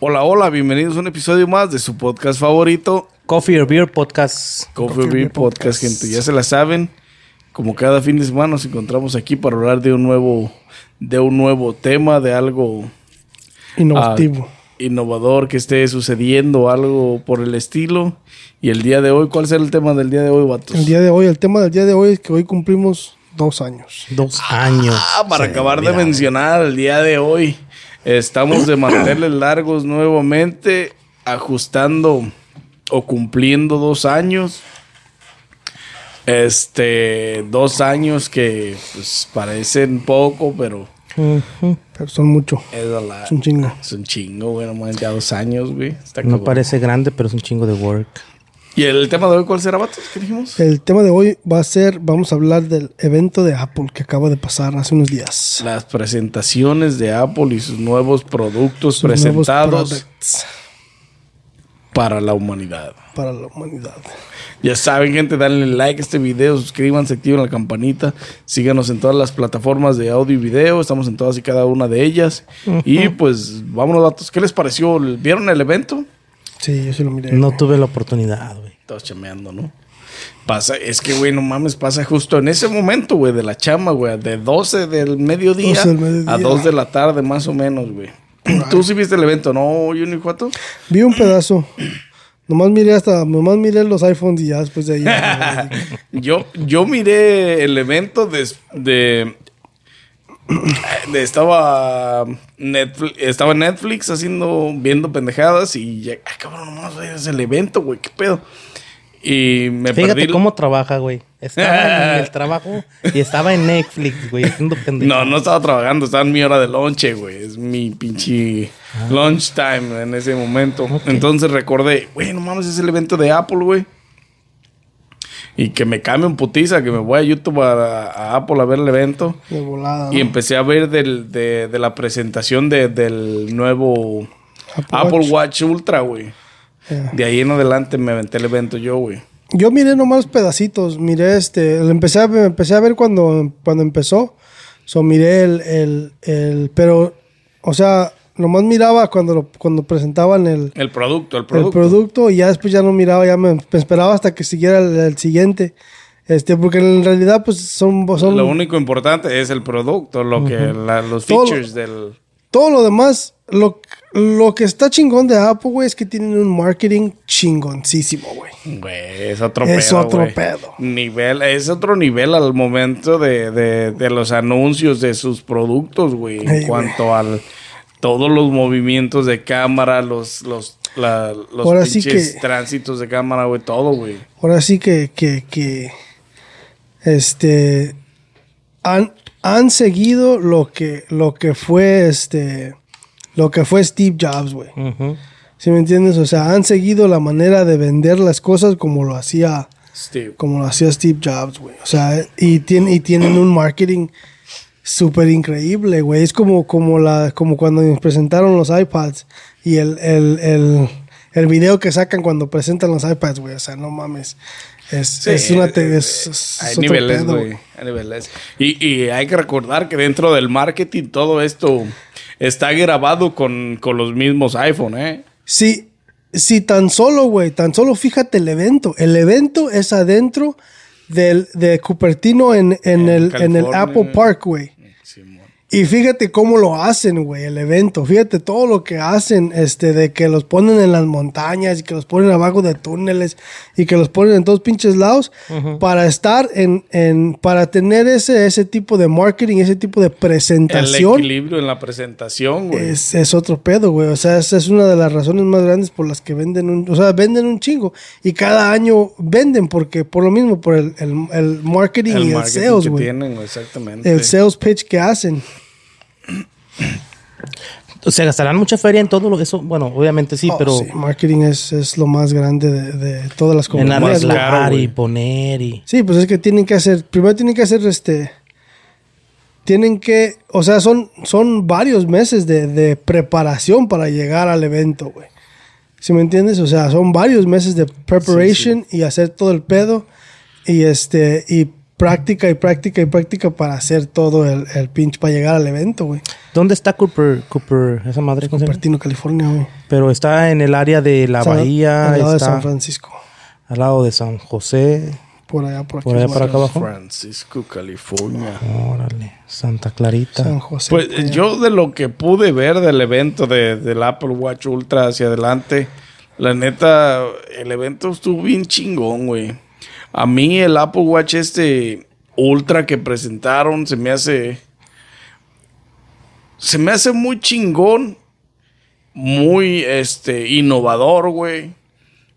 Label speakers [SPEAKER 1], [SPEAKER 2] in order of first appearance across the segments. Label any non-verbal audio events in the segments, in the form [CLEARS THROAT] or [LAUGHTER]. [SPEAKER 1] Hola, hola, bienvenidos a un episodio más de su podcast favorito,
[SPEAKER 2] Coffee or Beer Podcast.
[SPEAKER 1] Coffee, Beer, podcast, gente. Ya se la saben. Como cada fin de semana nos encontramos aquí para hablar de un nuevo, de un nuevo tema, de algo ah,
[SPEAKER 3] Innovativo.
[SPEAKER 1] innovador que esté sucediendo, algo por el estilo. Y el día de hoy, ¿cuál será el tema del día de hoy, vatos?
[SPEAKER 3] el día de hoy, el tema del día de hoy es que hoy cumplimos dos años.
[SPEAKER 2] Dos años.
[SPEAKER 1] Ah, para acabar de mencionar el día de hoy, estamos de
[SPEAKER 3] [CLEARS THROAT]
[SPEAKER 1] manteles largos nuevamente, ajustando o cumpliendo dos años. Este, dos años que pues, parecen poco, pero
[SPEAKER 3] Pero son mucho.
[SPEAKER 1] es, a la-
[SPEAKER 3] Es un chingo.
[SPEAKER 1] es un chingo, güey, no mames, ya dos años, güey. Está
[SPEAKER 2] No
[SPEAKER 1] cabrón.
[SPEAKER 2] parece grande, pero es un chingo de work.
[SPEAKER 1] ¿Y el tema de hoy cuál será, vatos? ¿Qué dijimos?
[SPEAKER 3] El tema de hoy va a ser, vamos a hablar del evento de Apple que acaba de pasar hace unos días.
[SPEAKER 1] Las presentaciones de Apple y sus nuevos productos
[SPEAKER 3] Sus nuevos
[SPEAKER 1] presentados
[SPEAKER 3] products
[SPEAKER 1] para la humanidad.
[SPEAKER 3] para la humanidad.
[SPEAKER 1] Ya saben, gente, denle like a este video, suscríbanse, activen la campanita, síganos en todas las plataformas de audio y video, estamos en todas y cada una de ellas. Y pues, vámonos, datos. ¿Qué les pareció? ¿Vieron el evento?
[SPEAKER 3] Sí, yo sí lo miré.
[SPEAKER 2] No tuve la oportunidad, güey.
[SPEAKER 1] Estás chameando, ¿no? Pasa, es que, güey, no mames, pasa justo en ese momento, güey, de la chama, güey, de 12 del mediodía,
[SPEAKER 3] 12 del mediodía.
[SPEAKER 1] a 2 de la tarde, más o menos, güey. ¿Tú sí viste el evento, no, Junior Cuato?
[SPEAKER 3] Vi un pedazo. Nomás miré hasta, nomás miré los iPhones y ya después
[SPEAKER 1] [LAUGHS]
[SPEAKER 3] de ahí.
[SPEAKER 1] Yo, yo miré el evento des- de, de, estaba Netflix, estaba Netflix haciendo viendo pendejadas y ya, ah, cabrón, no mames, güey, es el evento, güey, qué pedo. Y me
[SPEAKER 2] Fíjate
[SPEAKER 1] perdí.
[SPEAKER 2] cómo trabaja, güey.
[SPEAKER 1] [LAUGHS]
[SPEAKER 2] Estaba en el trabajo y estaba en Netflix, güey, haciendo pendejo.
[SPEAKER 1] No, no estaba trabajando, estaba en mi hora de lonche, güey. Es mi pinche
[SPEAKER 2] Ah.
[SPEAKER 1] lunch time en ese momento. Entonces recordé, güey, no mames, es el evento de Apple, güey. Y que me cambien putiza, que me voy a YouTube a- a Apple a ver el evento.
[SPEAKER 3] De volada. ¿no?
[SPEAKER 1] Y empecé a ver del- de, de la presentación de- del nuevo
[SPEAKER 3] Apple
[SPEAKER 1] Apple Watch,
[SPEAKER 3] Watch.
[SPEAKER 1] Ultra, güey.
[SPEAKER 3] Ya.
[SPEAKER 1] De ahí en adelante me aventé el evento yo, güey.
[SPEAKER 3] Yo miré nomás pedacitos, miré este, lo empecé a, me empecé a ver cuando, cuando empezó, so, miré el, el, el- pero, o sea, nomás miraba cuando, lo- cuando presentaban el,
[SPEAKER 1] El producto, el
[SPEAKER 3] el
[SPEAKER 1] producto.
[SPEAKER 3] producto y ya después ya no miraba, ya me, me esperaba hasta que siguiera el, el siguiente, este, porque en realidad pues son, son
[SPEAKER 1] Lo único importante es el producto, lo que la- los
[SPEAKER 3] Todo-
[SPEAKER 1] features del...
[SPEAKER 3] todo lo demás, lo, lo que está chingón de Apple, güey, es que tienen un marketing chingoncísimo, güey.
[SPEAKER 1] Güey, es otro pedo.
[SPEAKER 3] Es otro
[SPEAKER 1] güey.
[SPEAKER 3] pedo.
[SPEAKER 1] Nivel, es otro nivel al momento de, de- de los anuncios de sus productos, güey. En
[SPEAKER 3] Ey, güey.
[SPEAKER 1] cuanto al todos los movimientos de cámara, los, los, la- los
[SPEAKER 3] Ahora sí
[SPEAKER 1] pinches
[SPEAKER 3] que-
[SPEAKER 1] tránsitos de cámara, güey, todo, güey.
[SPEAKER 3] Ahora sí que, que, que este, han, han seguido lo que, lo que fue este, lo que fue Steve Jobs, güey.
[SPEAKER 2] Ujú.
[SPEAKER 3] ¿Sí me entiendes? O sea, han seguido la manera de vender las cosas como lo hacía,
[SPEAKER 1] Steve.
[SPEAKER 3] como lo hacía Steve Jobs, güey. O sea, y, tienen y tienen un marketing súper increíble, güey. Es como, como, la, como cuando nos presentaron los iPads y el, el, el, el video que sacan cuando presentan los iPads, güey. O sea, no mames. Es, es
[SPEAKER 1] Sí,
[SPEAKER 3] una... te-
[SPEAKER 1] eh,
[SPEAKER 3] es, es-
[SPEAKER 1] hay
[SPEAKER 3] es otro
[SPEAKER 1] niveles,
[SPEAKER 3] pedo,
[SPEAKER 1] güey. Hay niveles. Y, y hay que recordar que dentro del marketing todo esto está grabado con, con los mismos iPhone, ¿eh?
[SPEAKER 3] Si, si tan solo, güey, tan solo fíjate el evento. El evento es adentro del, de Cupertino en, en el, en el
[SPEAKER 1] California.
[SPEAKER 3] Apple Park, güey. Y fíjate cómo lo hacen, güey, el evento. Fíjate todo lo que hacen, este, de que los ponen en las montañas y que los ponen abajo de túneles y que los ponen en todos pinches lados para estar en, en, para tener ese, ese tipo de marketing, ese tipo de
[SPEAKER 1] El
[SPEAKER 3] presentación.
[SPEAKER 1] equilibrio en la presentación, güey.
[SPEAKER 3] Es, es otro pedo, güey. O sea, esa es una de las razones más grandes por las que venden un... O sea, venden un chingo. Y cada año venden porque, por lo mismo, por el, el- el marketing y el
[SPEAKER 1] marketing
[SPEAKER 3] sales,
[SPEAKER 1] que
[SPEAKER 3] güey.
[SPEAKER 1] tienen, güey, exactamente.
[SPEAKER 3] El sales pitch que hacen.
[SPEAKER 2] O sea, gastarán mucha feria en todo lo eso. Bueno, obviamente sí,
[SPEAKER 3] Oh,
[SPEAKER 2] pero
[SPEAKER 3] sí, marketing es, es lo más grande de, de todas las
[SPEAKER 2] en
[SPEAKER 3] compañías.
[SPEAKER 1] más
[SPEAKER 2] arreglar
[SPEAKER 3] güey.
[SPEAKER 1] caro, güey.
[SPEAKER 2] y poner y.
[SPEAKER 3] Sí, pues es que tienen que hacer... Primero tienen que hacer este... Tienen que... O sea, son, son varios meses de, de preparación para llegar al evento, güey. ¿Sí me entiendes? O sea, son varios meses de preparation y hacer todo el pedo. Y este, y práctica y práctica y práctica para hacer todo el, el pinche, para llegar al evento, güey.
[SPEAKER 2] ¿Dóné está Cooper, Cooper, esa madre? ¿cómo se llama?
[SPEAKER 3] Cupertino, California, güey.
[SPEAKER 2] Pero está en el área de la
[SPEAKER 3] San-
[SPEAKER 2] bahía,
[SPEAKER 3] Al lado
[SPEAKER 2] está
[SPEAKER 3] de San Francisco.
[SPEAKER 2] al lado de San José,
[SPEAKER 3] Por allá, por aquí.
[SPEAKER 2] por allá para acá abajo.
[SPEAKER 1] Francisco, California.
[SPEAKER 2] Órale, Santa Clarita.
[SPEAKER 3] San José.
[SPEAKER 1] Pues
[SPEAKER 3] por allá.
[SPEAKER 1] yo de lo que pude ver del evento de- del Apple Watch Ultra hacia adelante, la neta, el evento estuvo bien chingón, güey. A mí el Apple Watch este Ultra que presentaron se me hace... Se me hace muy chingón, muy este, innovador, güey.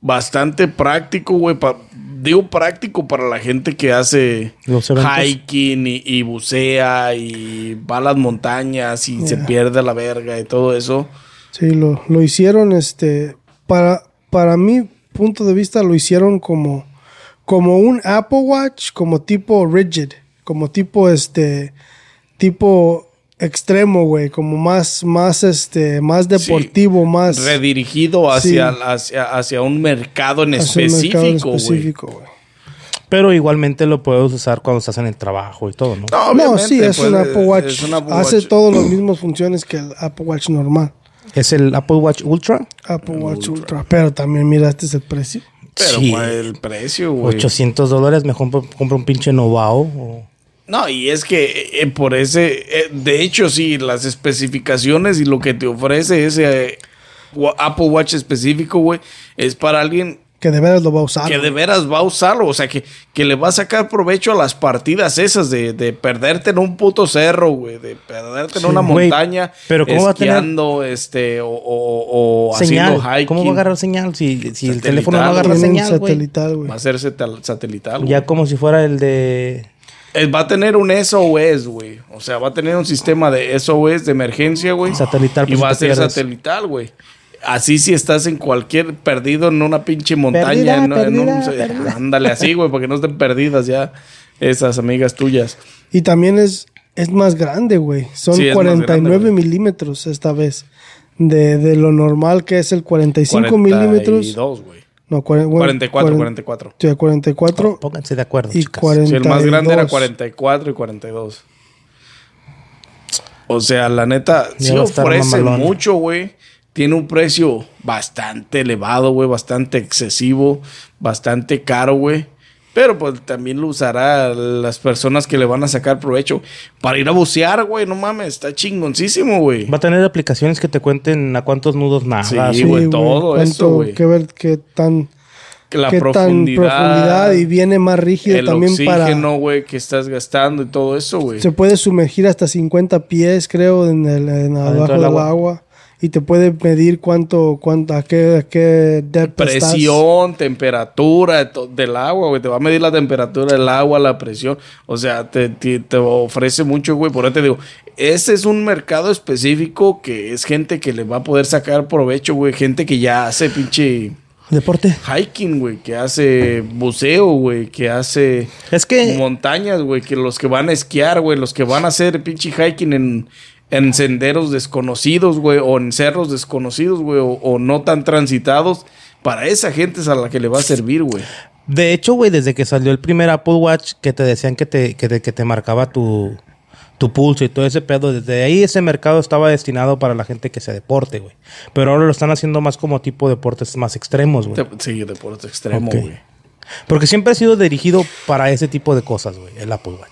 [SPEAKER 1] Bastante práctico, güey. pa- digo práctico para la gente que hace
[SPEAKER 2] Los eventos.
[SPEAKER 1] hiking y, y bucea y va a las montañas y se
[SPEAKER 3] Yeah.
[SPEAKER 1] pierde la verga y todo eso.
[SPEAKER 3] Sí, lo, lo hicieron, este, para, para mi punto de vista, lo hicieron como, como un Apple Watch, como tipo rigid, como tipo, este, tipo extremo, güey, como más, más, este, más deportivo, más
[SPEAKER 1] Redirigido hacia,
[SPEAKER 3] Sí.
[SPEAKER 1] hacia, hacia un mercado en
[SPEAKER 3] hacia un mercado en
[SPEAKER 1] específico, güey.
[SPEAKER 3] específico, güey.
[SPEAKER 2] Pero igualmente lo puedes usar cuando estás en el trabajo y todo, ¿no?
[SPEAKER 3] No,
[SPEAKER 1] obviamente,
[SPEAKER 3] sí, es
[SPEAKER 1] pues,
[SPEAKER 3] un Apple Watch,
[SPEAKER 1] es un Apple
[SPEAKER 3] hace
[SPEAKER 1] Watch.
[SPEAKER 3] todas las mismas funciones que el Apple Watch normal.
[SPEAKER 2] Es el Apple Watch Ultra.
[SPEAKER 3] Apple Watch Ultra, pero también miraste el precio.
[SPEAKER 1] Pero
[SPEAKER 2] Sí.
[SPEAKER 1] güey, el precio, güey.
[SPEAKER 2] 800 dólares, me compro, compro un pinche Novao. o-
[SPEAKER 1] No, y es que eh, por ese, eh, de hecho sí, las especificaciones y lo que te ofrece ese eh, wa- Apple Watch específico, güey, es para alguien
[SPEAKER 3] Que de veras lo va a
[SPEAKER 2] Ah,
[SPEAKER 3] usar.
[SPEAKER 1] que
[SPEAKER 3] güey.
[SPEAKER 1] de veras va a usarlo, o sea, que, que le va a sacar provecho a las partidas esas de, de perderte en un puto cerro, güey, de perderte en una
[SPEAKER 2] Güey,
[SPEAKER 1] montaña,
[SPEAKER 2] pero ¿cómo va a tener-
[SPEAKER 1] esquiando, este, o, o- o
[SPEAKER 2] Señal.
[SPEAKER 1] haciendo hiking.
[SPEAKER 2] ¿Cómo va a agarrar señal si, si el
[SPEAKER 1] Satelital,
[SPEAKER 2] teléfono no agarra
[SPEAKER 1] güey.
[SPEAKER 3] Tienen
[SPEAKER 2] señal, güey?
[SPEAKER 3] satelital, güey.
[SPEAKER 1] Va a ser satel- satelital, güey.
[SPEAKER 2] Ya como si fuera el de...
[SPEAKER 1] Eh, Va a tener un SOS, güey. O sea, va a tener un sistema de SOS de emergencia, güey.
[SPEAKER 2] Satelital,
[SPEAKER 1] Y
[SPEAKER 2] por
[SPEAKER 1] va a
[SPEAKER 2] si te
[SPEAKER 1] ser
[SPEAKER 2] pierdes.
[SPEAKER 1] satelital, güey. Así si estás en cualquier perdido en una pinche montaña.
[SPEAKER 2] Perdida,
[SPEAKER 1] en- en un-
[SPEAKER 2] perdida, perdida.
[SPEAKER 1] Ándale así, güey, porque no estén perdidas ya esas amigas tuyas.
[SPEAKER 3] Y también es, es más grande, güey. Son
[SPEAKER 1] Sí, es más grande,
[SPEAKER 3] 49
[SPEAKER 1] güey.
[SPEAKER 3] milímetros esta vez. De, de lo normal que es el 45 milímetros.
[SPEAKER 1] 42, güey.
[SPEAKER 3] No, cuaren- bueno,
[SPEAKER 1] 44,
[SPEAKER 3] cuaren-
[SPEAKER 1] 44.
[SPEAKER 3] Sí, 44
[SPEAKER 2] Pónganse de acuerdo,
[SPEAKER 3] y
[SPEAKER 2] chicas.
[SPEAKER 3] 42.
[SPEAKER 1] Sí, el más grande era 44 y 42. O sea, la neta,
[SPEAKER 2] Ya
[SPEAKER 1] sí
[SPEAKER 2] va a estar
[SPEAKER 1] ofrece
[SPEAKER 2] mamalón.
[SPEAKER 1] mucho, güey. Tiene un precio bastante elevado, güey. Bastante excesivo. Bastante caro, güey. Pero pues también lo usará las personas que le van a sacar provecho. Para ir a bucear, güey. No mames, está chingoncísimo, güey.
[SPEAKER 2] Va a tener aplicaciones que te cuenten a cuántos nudos nada.
[SPEAKER 1] Sí, güey, todo
[SPEAKER 3] cuánto-
[SPEAKER 1] eso, güey.
[SPEAKER 3] Que ver qué tan,
[SPEAKER 1] La
[SPEAKER 3] qué tan profundidad y viene más rígido
[SPEAKER 1] el
[SPEAKER 3] también
[SPEAKER 1] oxígeno, güey, que estás gastando y todo eso, güey.
[SPEAKER 3] para... Se puede sumergir hasta 50 pies, creo, en el, en abajo
[SPEAKER 2] del
[SPEAKER 3] del
[SPEAKER 2] agua.
[SPEAKER 3] agua. Y te puede medir cuánto, cuánto, a qué, a qué depth estás.
[SPEAKER 1] presión, temperatura de to- del agua, güey. Te va a medir la temperatura del agua, la presión. O sea, te, te- te ofrece mucho, güey. Por eso te digo, ese es un mercado específico que es gente que le va a poder sacar provecho, güey. Gente que ya hace pinche
[SPEAKER 2] Deporte.
[SPEAKER 1] hiking, güey. Que hace buceo, güey. Que hace
[SPEAKER 2] Es que...
[SPEAKER 1] montañas, güey. Que los que van a esquiar, güey. Los que van a hacer pinche hiking en... En senderos desconocidos, güey, o en cerros desconocidos, güey, o, o no tan transitados. Para esa gente es a la que le va a servir, güey.
[SPEAKER 2] De hecho, güey, desde que salió el primer Apple Watch que te decían que te, que te, que te marcaba tu, tu pulso y todo ese pedo, desde ahí ese mercado estaba destinado para la gente que se deporte, güey. Pero ahora lo están haciendo más como tipo deportes más extremos, güey.
[SPEAKER 1] Te- Sí, deporte extremo,
[SPEAKER 2] Ok.
[SPEAKER 1] güey.
[SPEAKER 2] Porque siempre ha sido dirigido para ese tipo de cosas, güey, el Apple Watch.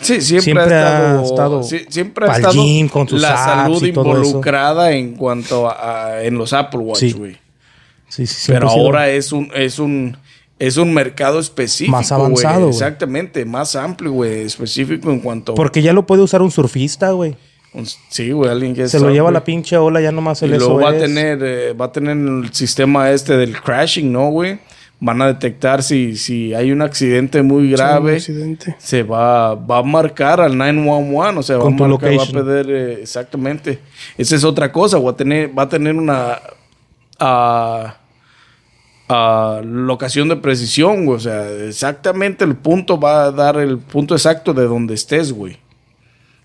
[SPEAKER 1] Sí, siempre,
[SPEAKER 2] Siempre
[SPEAKER 1] ha
[SPEAKER 2] ha
[SPEAKER 1] estado,
[SPEAKER 2] estado
[SPEAKER 1] sí, siempre ha
[SPEAKER 2] pa'l
[SPEAKER 1] estado
[SPEAKER 2] gym, con sus
[SPEAKER 1] la
[SPEAKER 2] apps
[SPEAKER 1] salud
[SPEAKER 2] y todo eso.
[SPEAKER 1] involucrada en cuanto a, a- en los Apple
[SPEAKER 2] Sí,
[SPEAKER 1] Watch, güey.
[SPEAKER 2] Sí, sí, siempre
[SPEAKER 1] Pero
[SPEAKER 2] ha sido-
[SPEAKER 1] ahora es un es un es un mercado específico,
[SPEAKER 2] Más avanzado,
[SPEAKER 1] güey.
[SPEAKER 2] güey.
[SPEAKER 1] Exactamente, más amplio, güey, específico en cuanto
[SPEAKER 2] Porque ya lo puede usar un surfista, güey.
[SPEAKER 1] un- sí, güey, alguien que
[SPEAKER 2] Se
[SPEAKER 1] es
[SPEAKER 2] lo lleva
[SPEAKER 1] surfer.
[SPEAKER 2] la pinche ola, ya nomás
[SPEAKER 1] Y
[SPEAKER 2] el
[SPEAKER 1] luego
[SPEAKER 2] eso
[SPEAKER 1] va a tener eh, va a tener el sistema este del crashing, ¿no, güey? Van a detectar si si hay un accidente muy grave.
[SPEAKER 3] Accidente.
[SPEAKER 1] se va, va a marcar al 911, o sea, va a,
[SPEAKER 2] Con tu
[SPEAKER 1] marcar, va a
[SPEAKER 2] location.
[SPEAKER 1] pedir eh, exactamente. Esa es otra cosa, va a tener, va a tener una ah, ah, locación de precisión, güey, o sea, exactamente el punto va a dar el punto exacto de donde estés, güey.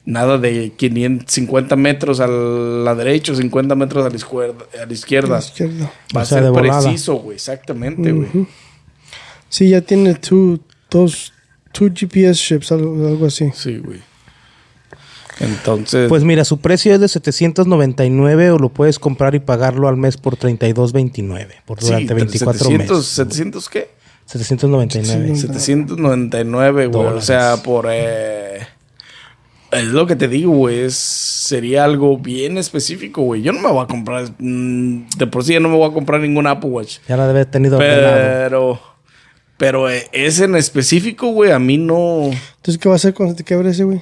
[SPEAKER 1] Nada de 550 metros a la derecha, o 50 metros a la izquierda. A la izquierda.
[SPEAKER 3] Izquierda.
[SPEAKER 1] Va
[SPEAKER 2] O sea,
[SPEAKER 1] a
[SPEAKER 2] de
[SPEAKER 1] ser
[SPEAKER 2] volada.
[SPEAKER 1] preciso, güey, exactamente, güey.
[SPEAKER 3] Ujú. Sí, ya tiene tu- dos, two GPS ships, algo, algo así.
[SPEAKER 1] Sí, güey. Entonces,
[SPEAKER 2] Pues mira, su precio es de 799 o lo puedes comprar y pagarlo al mes por 32.29 por
[SPEAKER 1] sí,
[SPEAKER 2] durante 24
[SPEAKER 1] 700,
[SPEAKER 2] meses.
[SPEAKER 1] 700 qué?
[SPEAKER 2] 799.
[SPEAKER 1] 799, güey. O
[SPEAKER 2] Dólares.
[SPEAKER 1] sea, por. eh, es lo que te digo, güey. es- Sería algo bien específico, güey. Yo no me voy a comprar. mm, de por sí, ya no me voy a comprar ningún Apple Watch.
[SPEAKER 2] Ya la debe haber tenido ordenado.
[SPEAKER 1] Pero. Pero eh, ese en específico, güey, a mí no.
[SPEAKER 3] Entonces, ¿qué va a hacer cuando te quebre ese, güey?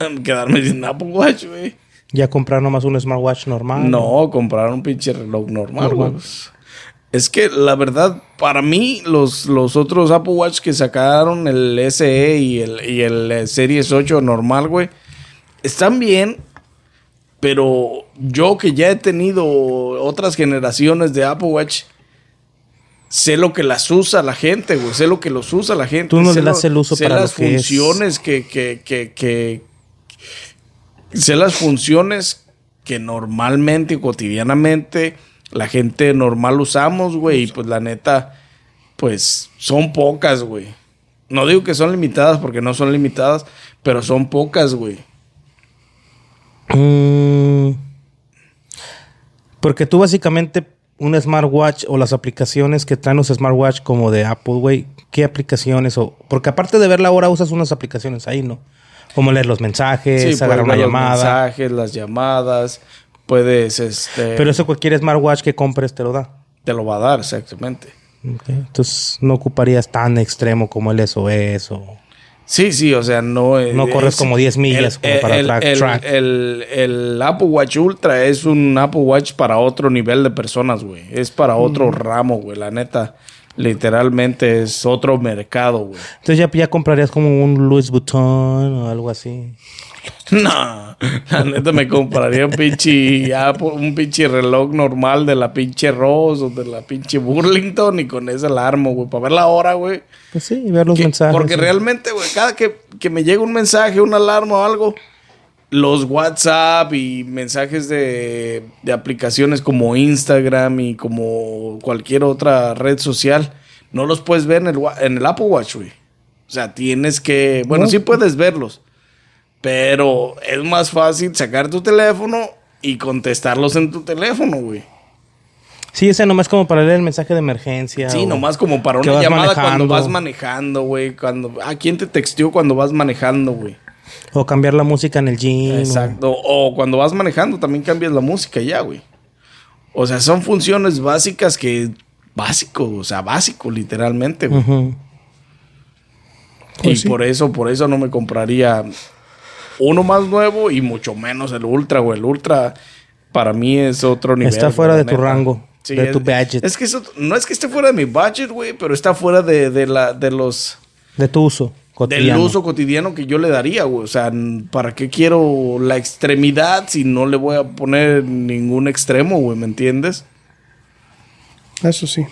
[SPEAKER 1] em, Quedarme sin Apple Watch, güey.
[SPEAKER 2] Ya comprar nomás un smartwatch normal.
[SPEAKER 1] No, comprar un pinche reloj normal, güey.
[SPEAKER 2] Normal.
[SPEAKER 1] Pues, Es que la verdad, para mí, los, los otros Apple Watch que sacaron, el SE y el, y el eh, Series 8 normal, güey, están bien, pero yo que ya he tenido otras generaciones de Apple Watch, sé lo que las usa la gente, güey, sé lo que los usa la gente.
[SPEAKER 2] Tú no
[SPEAKER 1] sé
[SPEAKER 2] le
[SPEAKER 1] lo-
[SPEAKER 2] das el uso
[SPEAKER 1] sé
[SPEAKER 2] para
[SPEAKER 1] las
[SPEAKER 2] lo que es.
[SPEAKER 1] funciones que, que, que, que, sé las funciones que normalmente y cotidianamente la gente normal usamos, güey. Y pues la neta, pues son pocas, güey. No digo que son limitadas porque no son limitadas, pero son pocas, güey.
[SPEAKER 2] Mm. porque tú básicamente un smartwatch o las aplicaciones que traen los smartwatch como de Apple, güey, ¿qué aplicaciones? o Porque aparte de ver la hora usas unas aplicaciones ahí, ¿no? Como leer los mensajes,
[SPEAKER 1] puedes
[SPEAKER 2] agarrar una
[SPEAKER 1] ver los
[SPEAKER 2] llamada.
[SPEAKER 1] mensajes, las llamadas, puedes, este,
[SPEAKER 2] Pero eso cualquier smartwatch que compres te lo da.
[SPEAKER 1] te lo va a dar exactamente.
[SPEAKER 2] Ok, Entonces no ocuparías tan extremo como el SOS o...
[SPEAKER 1] Sí, sí, o sea, no es.
[SPEAKER 2] No corres como 10 millas como para track-
[SPEAKER 1] el,
[SPEAKER 2] track.
[SPEAKER 1] el- el Apple Watch Ultra es un Apple Watch para otro nivel de personas, güey. Es para
[SPEAKER 2] Mm.
[SPEAKER 1] otro ramo, güey. La neta, literalmente es otro mercado, güey.
[SPEAKER 2] Entonces ya, ya comprarías como un Louis Vuitton o algo así.
[SPEAKER 1] No, la neta me compraría un pinche, Apple- un pinche reloj normal de la pinche Rose o de la pinche Burlington y con ese alarmo, güey. Para ver la hora, güey.
[SPEAKER 2] Pues sí, y ver los
[SPEAKER 1] Que-
[SPEAKER 2] mensajes.
[SPEAKER 1] Porque
[SPEAKER 2] sí.
[SPEAKER 1] realmente, güey, cada que, que me llega un mensaje, una alarma o algo, los WhatsApp y mensajes de, de aplicaciones como Instagram y como cualquier otra red social, no los puedes ver en el, wa- en el Apple Watch, güey. O sea, tienes que. Bueno,
[SPEAKER 3] No.
[SPEAKER 1] sí puedes verlos, pero es más fácil sacar tu teléfono y contestarlos en tu teléfono, güey.
[SPEAKER 2] Sí, ese nomás como para leer el mensaje de emergencia.
[SPEAKER 1] Sí,
[SPEAKER 2] o-
[SPEAKER 1] nomás como para
[SPEAKER 2] que
[SPEAKER 1] una
[SPEAKER 2] vas
[SPEAKER 1] llamada cuando
[SPEAKER 2] manejando.
[SPEAKER 1] vas manejando, güey. Cuando, ah, ¿quién te texteó cuando vas manejando, güey?
[SPEAKER 2] O cambiar la música en el gym.
[SPEAKER 1] Exacto. O cuando vas manejando también cambias la música ya, güey. O sea, son funciones básicas que... Básico, o sea, básico literalmente,
[SPEAKER 2] o-
[SPEAKER 1] güey. y
[SPEAKER 2] Ujú.
[SPEAKER 3] Pues sí.
[SPEAKER 1] por eso, por eso no me compraría uno más nuevo y mucho menos el Ultra, güey. El Ultra para mí es otro nivel.
[SPEAKER 2] Está
[SPEAKER 1] güey,
[SPEAKER 2] fuera
[SPEAKER 1] la
[SPEAKER 2] de tu
[SPEAKER 1] neta.
[SPEAKER 2] rango, de tu budget.
[SPEAKER 1] Es que eso, no es que esté fuera de mi budget, güey, pero está fuera de, de la, de los...
[SPEAKER 2] De tu uso cotidiano.
[SPEAKER 1] del uso cotidiano que yo le daría, güey. O sea, n- ¿para qué quiero la extremidad si no le voy a poner ningún extremo, güey? ¿Me entiendes?
[SPEAKER 3] Eso sí.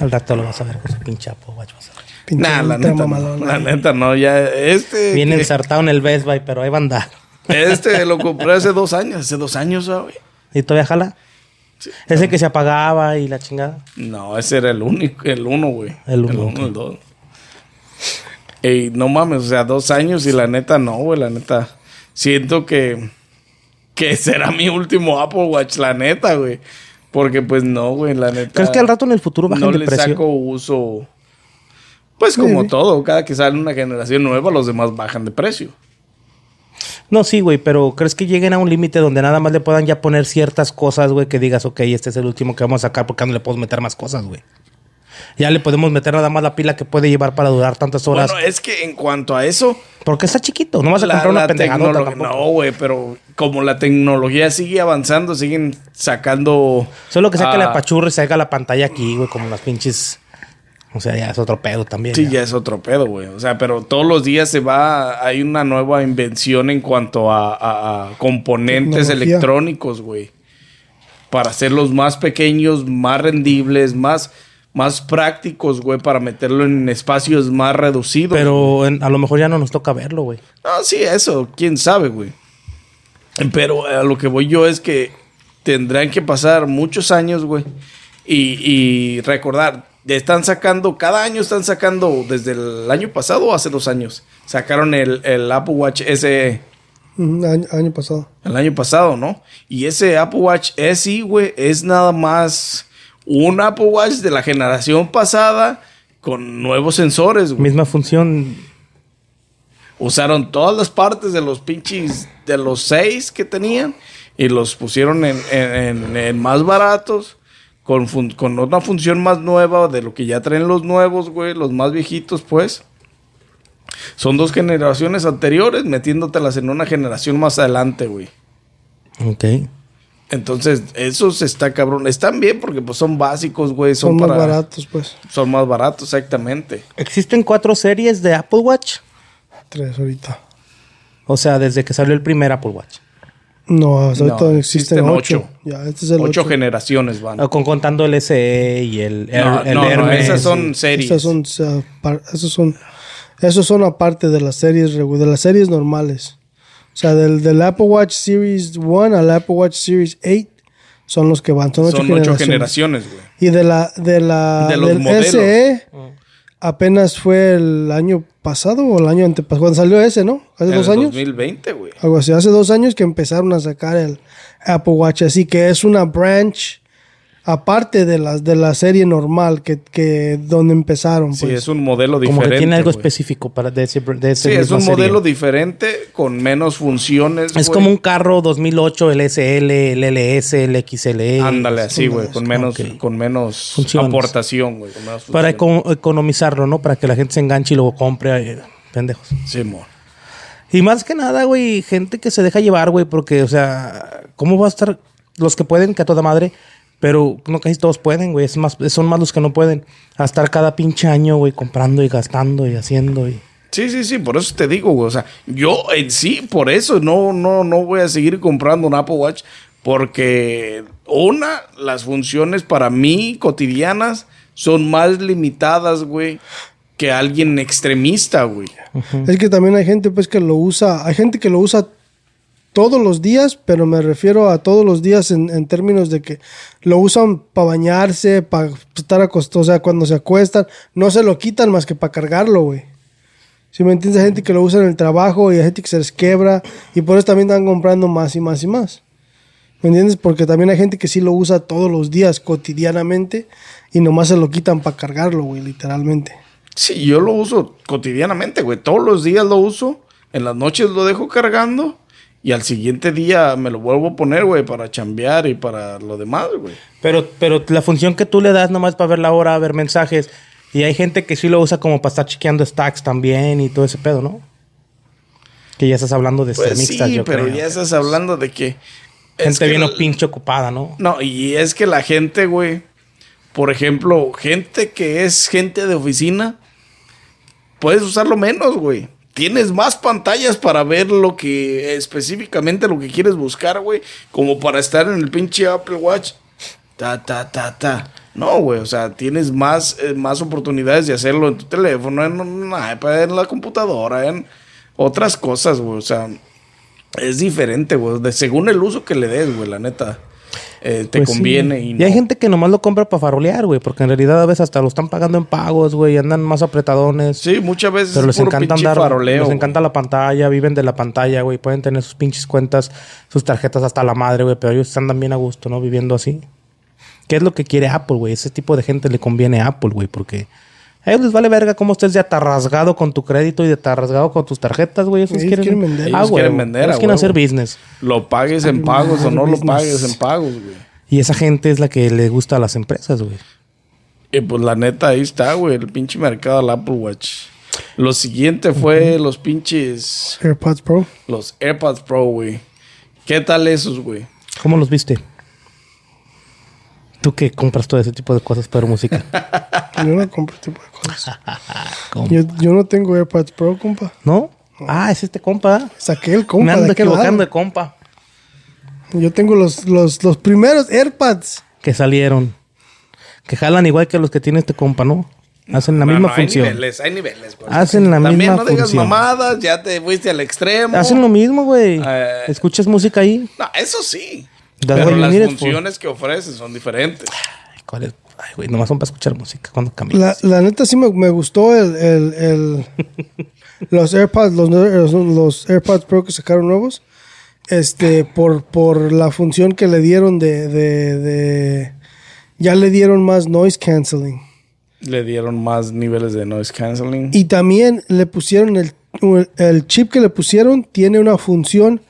[SPEAKER 2] Al rato lo vas a ver con su pinche Apple Watch, vas a ver.
[SPEAKER 3] Pinche
[SPEAKER 1] nah, la
[SPEAKER 3] ultra
[SPEAKER 1] neta, no,
[SPEAKER 3] mamalona.
[SPEAKER 1] la neta no, ya este...
[SPEAKER 2] Bien
[SPEAKER 1] eh,
[SPEAKER 2] ensartado en eh. el Best Buy, pero ahí va a andar.
[SPEAKER 1] [LAUGHS] Este lo compré hace dos años, hace dos años, ah, güey.
[SPEAKER 2] ¿Y todavía jala? Ese que se apagaba y la chingada.
[SPEAKER 1] No, ese era el único, el uno, güey.
[SPEAKER 2] El uno,
[SPEAKER 1] el dos. Ey, no mames, o sea, dos años y la neta no, güey, la neta. Siento que, que [LAUGHS] será mi último Apple Watch, la neta, güey. Porque pues no, güey, la neta.
[SPEAKER 2] ¿Crees que al rato en el futuro bajan
[SPEAKER 1] no
[SPEAKER 2] de
[SPEAKER 1] le
[SPEAKER 2] precio?
[SPEAKER 1] saco uso? Pues como
[SPEAKER 3] Maybe.
[SPEAKER 1] todo, cada que sale una generación nueva, los demás bajan de precio.
[SPEAKER 2] No, sí, güey, pero ¿crees que lleguen a un límite donde nada más le puedan ya poner ciertas cosas, güey, que digas, ok, este es el último que vamos a sacar porque ya no le podemos meter más cosas, güey? Ya le podemos meter nada más la pila que puede llevar para durar tantas horas.
[SPEAKER 1] Bueno, es que en cuanto a eso,
[SPEAKER 2] Porque está chiquito, no vas a
[SPEAKER 1] La-
[SPEAKER 2] comprar una
[SPEAKER 1] la
[SPEAKER 2] pendejadota
[SPEAKER 1] tecnolo-
[SPEAKER 2] tampoco.
[SPEAKER 1] No, güey, pero como la tecnología sigue avanzando, siguen sacando.
[SPEAKER 2] Solo que saque
[SPEAKER 1] ah,
[SPEAKER 2] la pachurra y salga la pantalla aquí, güey, como las pinches. O sea, ya es otro pedo también.
[SPEAKER 1] Sí,
[SPEAKER 2] ya.
[SPEAKER 1] ya es otro pedo, güey. O sea, pero todos los días se va. Hay una nueva invención en cuanto a, a- a componentes
[SPEAKER 3] Tecnología.
[SPEAKER 1] electrónicos, güey. Para hacerlos más pequeños, más rendibles, más, más prácticos, güey, para meterlo en espacios más reducidos.
[SPEAKER 2] Pero en- a lo mejor ya no nos toca verlo, güey.
[SPEAKER 1] No, Ah, sí, eso, quién sabe, güey. Pero a lo que voy yo es que tendrán que pasar muchos años, güey. Y, y recordar, están sacando, cada año están sacando, desde el año pasado o hace dos años, sacaron el, el Apple Watch SE.
[SPEAKER 3] Ujú, Año, año pasado.
[SPEAKER 1] El año pasado, ¿no? Y ese Apple Watch SE, güey, es nada más un Apple Watch de la generación pasada con nuevos sensores, güey.
[SPEAKER 2] Misma función.
[SPEAKER 1] Usaron todas las partes de los pinches, de los seis que tenían y los pusieron en, en- en- en más baratos, con, fun- con una función más nueva de lo que ya traen los nuevos, güey, los más viejitos, pues. Son dos generaciones anteriores metiéndotelas en una generación más adelante, güey.
[SPEAKER 2] Ok.
[SPEAKER 1] Entonces, esos está cabrón. Están bien porque pues son básicos, güey. Son,
[SPEAKER 3] Son más
[SPEAKER 1] para-
[SPEAKER 3] baratos, pues.
[SPEAKER 1] Son más baratos, exactamente.
[SPEAKER 2] ¿Existen cuatro series de Apple Watch?
[SPEAKER 3] Tres ahorita.
[SPEAKER 2] O sea, desde que salió el primer Apple Watch.
[SPEAKER 3] No, hasta ahorita
[SPEAKER 1] No,
[SPEAKER 3] existen,
[SPEAKER 1] existen
[SPEAKER 3] ocho.
[SPEAKER 1] ocho.
[SPEAKER 3] Ya, este es el
[SPEAKER 1] Ocho
[SPEAKER 3] ocho.
[SPEAKER 1] generaciones van.
[SPEAKER 3] Ah,
[SPEAKER 2] O con contando el SE y el, el,
[SPEAKER 1] No,
[SPEAKER 2] el
[SPEAKER 1] no, no,
[SPEAKER 2] Hermes.
[SPEAKER 1] Ah, esas son series.
[SPEAKER 3] Esas son, o sea, par- esos son, esos son aparte de las series regu- de las series normales. O sea, del, del Apple Watch Series 1 al Apple Watch Series 8 son los que van. Son ocho,
[SPEAKER 1] Son
[SPEAKER 3] generaciones.
[SPEAKER 1] ocho generaciones, güey.
[SPEAKER 3] Y de la, de la
[SPEAKER 1] De los
[SPEAKER 3] del
[SPEAKER 1] modelos.
[SPEAKER 3] SE apenas fue el año pasado o el año antepasado. Cuando salió ese, ¿no? Hace
[SPEAKER 1] En
[SPEAKER 3] dos
[SPEAKER 1] el
[SPEAKER 3] años.
[SPEAKER 1] 2020, güey.
[SPEAKER 2] Ah,
[SPEAKER 3] Algo así. Hace dos años que empezaron a sacar el Apple Watch. Así que es una branch aparte de las de la serie normal que, que donde empezaron. Pues.
[SPEAKER 1] Sí, es un modelo
[SPEAKER 2] Como
[SPEAKER 1] diferente.
[SPEAKER 2] que tiene algo
[SPEAKER 1] güey.
[SPEAKER 2] específico para de ese, de ese
[SPEAKER 1] Sí, es
[SPEAKER 2] misma
[SPEAKER 1] un
[SPEAKER 2] serie.
[SPEAKER 1] modelo diferente con menos funciones.
[SPEAKER 2] Es
[SPEAKER 1] güey.
[SPEAKER 2] como un carro 2008, el SL, el LS, el E. XLE.
[SPEAKER 1] Ándale así, güey. Con menos,
[SPEAKER 2] Ok.
[SPEAKER 1] con menos
[SPEAKER 2] Funciones.
[SPEAKER 1] aportación, güey. con menos
[SPEAKER 2] Para
[SPEAKER 1] funciones.
[SPEAKER 2] eco- economizarlo, ¿no? Para que la gente se enganche y luego compre. eh, pendejos.
[SPEAKER 1] Sí, mo.
[SPEAKER 2] Y más que nada, güey, gente que se deja llevar, güey, porque, o sea, ¿cómo va a estar los que pueden, que a toda madre? Pero no casi todos pueden, güey. Es más, son más los que no pueden. A estar cada pinche año, güey, comprando y gastando y haciendo. Y...
[SPEAKER 1] Sí, sí, sí, por eso te digo, güey. O sea, yo en sí, por eso no, no, no voy a seguir comprando un Apple Watch. Porque, una, las funciones para mí cotidianas son más limitadas, güey, que alguien extremista, güey.
[SPEAKER 3] Es que también hay gente pues que lo usa, hay gente que lo usa todos los días, pero me refiero a todos los días en, en términos de que lo usan para bañarse, para estar acostados, o sea, cuando se acuestan, no se lo quitan más que para cargarlo, güey. Si me entiendes, hay gente que lo usa en el trabajo y hay gente que se les quebra y por eso también están comprando más y más y más. ¿Me entiendes? Porque también hay gente que sí lo usa todos los días, cotidianamente, y nomás se lo quitan para cargarlo, güey, literalmente.
[SPEAKER 1] Sí, yo lo uso cotidianamente, güey. Todos los días lo uso. En las noches lo dejo cargando. Y al siguiente día me lo vuelvo a poner, güey, para chambear y para lo demás, güey.
[SPEAKER 2] Pero, pero la función que tú le das nomás para ver la hora, ver mensajes. Y hay gente que sí lo usa como para estar chequeando stacks también y todo ese pedo, ¿no? Que ya estás hablando de
[SPEAKER 1] Pues
[SPEAKER 2] Este mixtas,
[SPEAKER 1] sí,
[SPEAKER 2] yo
[SPEAKER 1] pero
[SPEAKER 2] creo.
[SPEAKER 1] ya estás hablando de que... es
[SPEAKER 2] Gente
[SPEAKER 1] que
[SPEAKER 2] bien
[SPEAKER 1] la-
[SPEAKER 2] o pinche ocupada, ¿no?
[SPEAKER 1] No, y es que la gente, güey, por ejemplo, gente que es gente de oficina, puedes usarlo menos, güey. Tienes más pantallas para ver lo que específicamente lo que quieres buscar, güey, como para estar en el pinche Apple Watch. Ta, ta, ta, ta. No, güey, o sea, tienes más, eh, más oportunidades de hacerlo en tu teléfono, en una iPad, en la computadora, en otras cosas, güey. O sea, es diferente, güey. de- según el uso que le des, güey, la neta. eh, te
[SPEAKER 2] Pues sí.
[SPEAKER 1] conviene y
[SPEAKER 2] y,
[SPEAKER 1] no.
[SPEAKER 2] hay gente que nomás lo compra para farolear, güey, porque en realidad a veces hasta lo están pagando en pagos, güey, andan más apretadones.
[SPEAKER 1] Sí, muchas veces
[SPEAKER 2] Pero
[SPEAKER 1] es
[SPEAKER 2] les
[SPEAKER 1] puro
[SPEAKER 2] encanta
[SPEAKER 1] pinche
[SPEAKER 2] andar,
[SPEAKER 1] faroleo,
[SPEAKER 2] les
[SPEAKER 1] güey.
[SPEAKER 2] encanta la pantalla, viven de la pantalla, güey, pueden tener sus pinches cuentas, sus tarjetas hasta la madre, güey, pero ellos andan bien a gusto, ¿no? Viviendo así. ¿Qué es lo que quiere Apple, güey? Ese tipo de gente le conviene a Apple, güey, porque a ellos les vale verga cómo estés de atarrasgado con tu crédito y de atarrasgado con tus tarjetas, güey. Ellos,
[SPEAKER 3] Ellos quieren vender.
[SPEAKER 2] Ah,
[SPEAKER 1] Ellos
[SPEAKER 2] güey,
[SPEAKER 1] quieren vender,
[SPEAKER 2] ellos
[SPEAKER 1] a
[SPEAKER 2] quieren
[SPEAKER 1] huevo.
[SPEAKER 2] hacer business.
[SPEAKER 1] Lo pagues en pagos o no lo
[SPEAKER 3] business.
[SPEAKER 1] pagues en pagos, güey.
[SPEAKER 2] Y esa gente es la que le gusta a las empresas, güey.
[SPEAKER 1] Y pues la neta, ahí está, güey, el pinche mercado del Apple Watch. Lo siguiente fue los pinches,
[SPEAKER 3] AirPods Pro.
[SPEAKER 1] los AirPods Pro, güey. ¿Qué tal esos, güey?
[SPEAKER 2] ¿Cómo los viste? Tú que compras todo ese tipo de cosas, pero música.
[SPEAKER 3] Yo no compro este tipo de cosas. Yo, yo no tengo AirPods Pro, compa. [LAUGHS]
[SPEAKER 2] ¿No? Ah, es este compa.
[SPEAKER 3] Saqué el
[SPEAKER 2] Me
[SPEAKER 3] compa de
[SPEAKER 2] ando
[SPEAKER 3] aquel
[SPEAKER 2] equivocando de
[SPEAKER 3] lado.
[SPEAKER 2] compa.
[SPEAKER 3] Yo tengo los, los, los primeros AirPods.
[SPEAKER 2] Que salieron. Que jalan igual que los que tiene este compa, ¿no? Hacen la misma
[SPEAKER 1] No, no, Hay
[SPEAKER 2] función.
[SPEAKER 1] niveles, hay niveles, güey.
[SPEAKER 2] Hacen la
[SPEAKER 1] También
[SPEAKER 2] misma
[SPEAKER 1] no digas
[SPEAKER 2] función.
[SPEAKER 1] mamadas, ya te fuiste al extremo.
[SPEAKER 2] Hacen lo mismo, güey.
[SPEAKER 1] Eh.
[SPEAKER 2] Escuchas música ahí.
[SPEAKER 1] No, eso sí.
[SPEAKER 2] Das
[SPEAKER 1] pero
[SPEAKER 2] volumen
[SPEAKER 1] las
[SPEAKER 2] y después-
[SPEAKER 1] funciones que ofrecen son diferentes.
[SPEAKER 2] ¿Cuál es? Ay, güey, nomás son para escuchar música cuando
[SPEAKER 3] La,
[SPEAKER 2] caminas.
[SPEAKER 3] la neta sí me, me gustó el, el- el- los AirPods, los, nue- los, los AirPods Pro que sacaron nuevos. Este, por, por la función que le dieron de, de, de- Ya le dieron más noise canceling.
[SPEAKER 1] Le dieron más niveles de noise canceling.
[SPEAKER 3] Y también le pusieron el, el chip que le pusieron tiene una función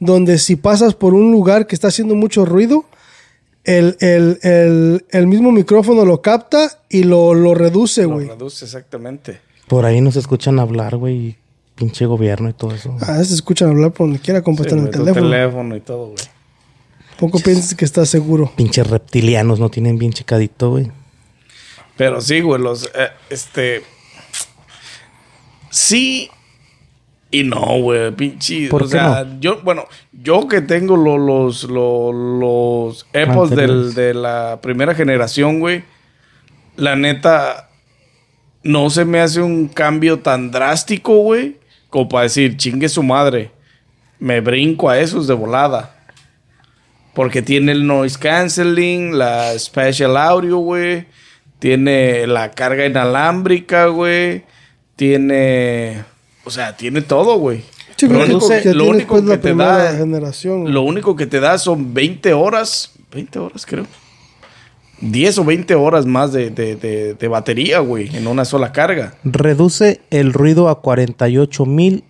[SPEAKER 3] donde si pasas por un lugar que está haciendo mucho ruido, el, el- el- el mismo micrófono lo capta y lo, lo reduce,
[SPEAKER 1] lo
[SPEAKER 3] güey.
[SPEAKER 1] reduce exactamente.
[SPEAKER 2] Por ahí nos escuchan hablar, güey, y pinche gobierno y todo eso.
[SPEAKER 3] A veces Ah, escuchan hablar por donde quiera, como
[SPEAKER 2] Pues,
[SPEAKER 1] Sí,
[SPEAKER 3] está en el
[SPEAKER 1] güey, eh. tu
[SPEAKER 3] teléfono.
[SPEAKER 1] teléfono y todo, güey.
[SPEAKER 3] Poco piensas que estás seguro.
[SPEAKER 2] Pinches reptilianos no tienen bien checadito, güey.
[SPEAKER 1] Pero sí, güey, los. eh, este. Sí. Y no, güey, pinche.
[SPEAKER 2] ¿Por
[SPEAKER 1] o
[SPEAKER 2] qué
[SPEAKER 1] sea, yo, bueno, yo que tengo lo- los, lo- los Apples del,
[SPEAKER 2] Anteriores.
[SPEAKER 1] de la primera generación, güey. La neta. No se me hace un cambio tan drástico, güey. Como para decir, chingue su madre. Me brinco a esos de volada. Porque tiene el noise canceling, la special audio, güey. Tiene la carga inalámbrica, güey. Tiene. O sea, tiene todo, güey.
[SPEAKER 3] Sí,
[SPEAKER 1] lo
[SPEAKER 3] pero
[SPEAKER 1] único,
[SPEAKER 3] ya
[SPEAKER 1] que, lo
[SPEAKER 3] tienes,
[SPEAKER 1] único
[SPEAKER 3] pues,
[SPEAKER 1] que
[SPEAKER 3] la
[SPEAKER 1] te
[SPEAKER 3] primera
[SPEAKER 1] da.
[SPEAKER 3] generación. güey.
[SPEAKER 1] Lo único que te da son 20 horas. 20 horas, creo. 10 o 20 horas más de, de- de- de batería, güey. En una sola carga.
[SPEAKER 2] Reduce el ruido a 48 mil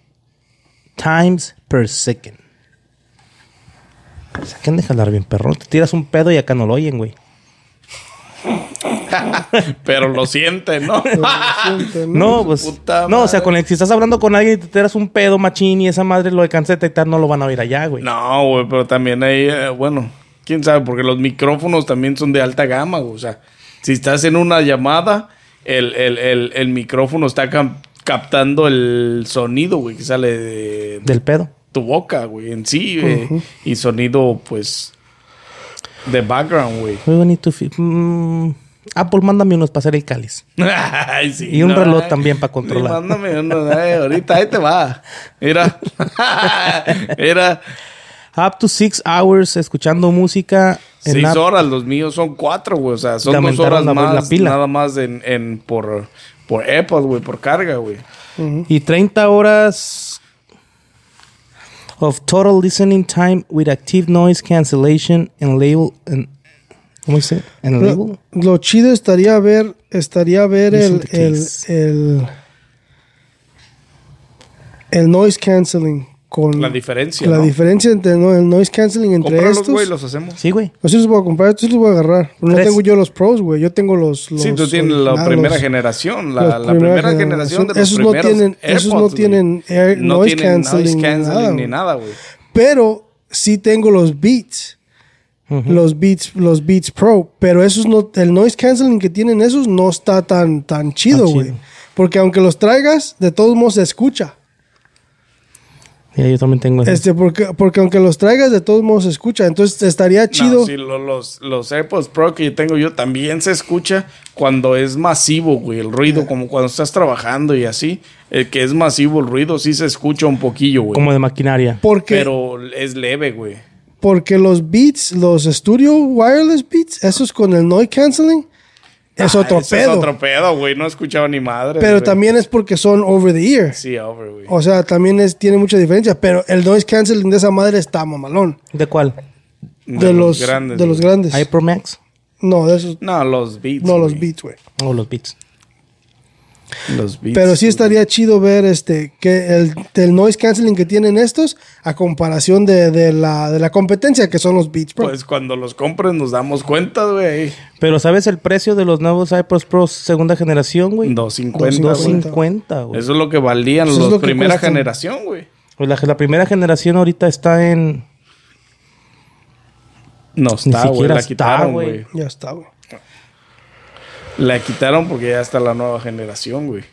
[SPEAKER 2] times per second. O sea, ¿quién deja hablar bien, perro? Te tiras un pedo y acá no lo oyen, güey.
[SPEAKER 1] Pero lo sienten, ¿no? [LAUGHS]
[SPEAKER 3] Lo siento,
[SPEAKER 2] No, pues.
[SPEAKER 1] puta
[SPEAKER 2] no, o sea,
[SPEAKER 1] madre.
[SPEAKER 2] con el- si estás hablando con alguien y te tiras un pedo, machín, y esa madre lo alcanza a detectar, no lo van a oír allá, güey.
[SPEAKER 1] No, güey, pero también hay, eh, bueno, quién sabe, porque los micrófonos también son de alta gama, güey. O sea, si estás en una llamada, el, el- el- el micrófono está cam- captando el sonido, güey, que sale de,
[SPEAKER 2] Del pedo.
[SPEAKER 1] tu boca, güey, en sí, güey. Y sonido, pues, de background, güey.
[SPEAKER 2] Muy bonito. fi- Mm, Apple, mándame unos para hacer el cáliz.
[SPEAKER 1] [LAUGHS] Ay, sí,
[SPEAKER 2] Y un reloj también pa' controlar.
[SPEAKER 1] Sí, Mándame uno, ay, ahorita ahí te va. Mira, [LAUGHS] mira,
[SPEAKER 2] Up to six hours escuchando música. en
[SPEAKER 1] Seis
[SPEAKER 2] app-
[SPEAKER 1] horas, los míos son cuatro, güey. O sea, son dos horas
[SPEAKER 2] Aumentaron la-
[SPEAKER 1] más,
[SPEAKER 2] la pila.
[SPEAKER 1] nada más en, en por, por Apple, güey, por carga, güey.
[SPEAKER 2] Y 30 horas of total listening time with active noise cancellation and label. And, ¿Cómo dice? And
[SPEAKER 3] Lo,
[SPEAKER 2] label.
[SPEAKER 3] lo chido estaría ver, estaría ver
[SPEAKER 2] Listen
[SPEAKER 3] el,
[SPEAKER 2] to
[SPEAKER 3] el,
[SPEAKER 2] case.
[SPEAKER 3] el, el noise canceling con
[SPEAKER 1] La diferencia.
[SPEAKER 3] la
[SPEAKER 1] ¿no?
[SPEAKER 3] diferencia entre no- el noise canceling entre
[SPEAKER 1] Cómpralos,
[SPEAKER 3] estos.
[SPEAKER 1] güey, los hacemos.
[SPEAKER 2] Sí, güey.
[SPEAKER 3] Yo sí los voy a comprar, estos los voy a agarrar. Pero no
[SPEAKER 2] Tres.
[SPEAKER 3] tengo yo los pros, güey. Yo tengo los. los
[SPEAKER 1] sí, tú tienes la
[SPEAKER 3] originales,
[SPEAKER 1] primera
[SPEAKER 3] los-
[SPEAKER 1] generación, la,
[SPEAKER 3] los
[SPEAKER 1] la primera generación de los
[SPEAKER 3] esos no
[SPEAKER 1] primeros
[SPEAKER 3] tienen- esos no
[SPEAKER 1] AirPods,
[SPEAKER 3] tienen
[SPEAKER 1] güey.
[SPEAKER 3] air-
[SPEAKER 1] no
[SPEAKER 3] noise
[SPEAKER 1] tienen
[SPEAKER 3] canceling
[SPEAKER 1] noise
[SPEAKER 3] ni
[SPEAKER 1] canceling ni
[SPEAKER 3] nada,
[SPEAKER 1] nada, güey.
[SPEAKER 3] Pero sí tengo los Beats. Los Beats, los Beats Pro, pero esos no, el noise canceling que tienen esos no está tan, tan chido,
[SPEAKER 2] chido.
[SPEAKER 3] güey. Porque aunque los traigas, de todos modos se escucha.
[SPEAKER 2] Ya, yo también tengo ese.
[SPEAKER 3] Este, porque, porque aunque los traigas, de todos modos se escucha. Entonces estaría chido.
[SPEAKER 1] No, sí, lo- los, los AirPods Pro que yo tengo yo también se escucha cuando es masivo, güey, el ruido, como cuando estás trabajando y así. El que es masivo el ruido sí se escucha un poquillo, güey.
[SPEAKER 2] Como de maquinaria.
[SPEAKER 3] porque,
[SPEAKER 1] Pero es leve, güey.
[SPEAKER 3] porque los Beats, los Studio Wireless Beats, esos con el noise canceling, es otro
[SPEAKER 1] Ah, Ese
[SPEAKER 3] pedo.
[SPEAKER 1] Es otro pedo, güey. No he escuchado ni madre.
[SPEAKER 3] pero
[SPEAKER 1] güey.
[SPEAKER 3] también es porque son over the ear.
[SPEAKER 1] Sí, over, güey.
[SPEAKER 3] O sea, también es, tiene mucha diferencia. Pero el noise canceling de esa madre está mamalón.
[SPEAKER 2] ¿De cuál?
[SPEAKER 3] De, los, grandes. De los
[SPEAKER 1] güey.
[SPEAKER 3] grandes.
[SPEAKER 2] ¿Hay Pro Max?
[SPEAKER 3] No, de esos.
[SPEAKER 1] No, los beats.
[SPEAKER 3] No, los
[SPEAKER 1] güey.
[SPEAKER 3] beats, güey.
[SPEAKER 2] O los Beats.
[SPEAKER 1] Los beats.
[SPEAKER 3] Pero sí estaría chido ver este que el, el noise canceling que tienen estos a comparación de, de la, de la competencia que son los Beats Pro.
[SPEAKER 1] Pues cuando los compres nos damos cuenta, güey.
[SPEAKER 2] Pero ¿sabes el precio de los nuevos iPods Pro segunda generación, güey?
[SPEAKER 1] 250, güey.
[SPEAKER 2] 250, güey.
[SPEAKER 1] Eso es lo que valían
[SPEAKER 3] Eso es
[SPEAKER 1] los
[SPEAKER 3] lo que
[SPEAKER 1] primera
[SPEAKER 3] cuestan.
[SPEAKER 1] generación, güey.
[SPEAKER 2] Pues la, la primera generación ahorita está en...
[SPEAKER 1] No está, güey.
[SPEAKER 2] siquiera
[SPEAKER 1] La
[SPEAKER 2] está,
[SPEAKER 1] quitaron,
[SPEAKER 2] güey.
[SPEAKER 1] güey.
[SPEAKER 3] ya está, güey.
[SPEAKER 1] La quitaron porque ya está la nueva generación, güey.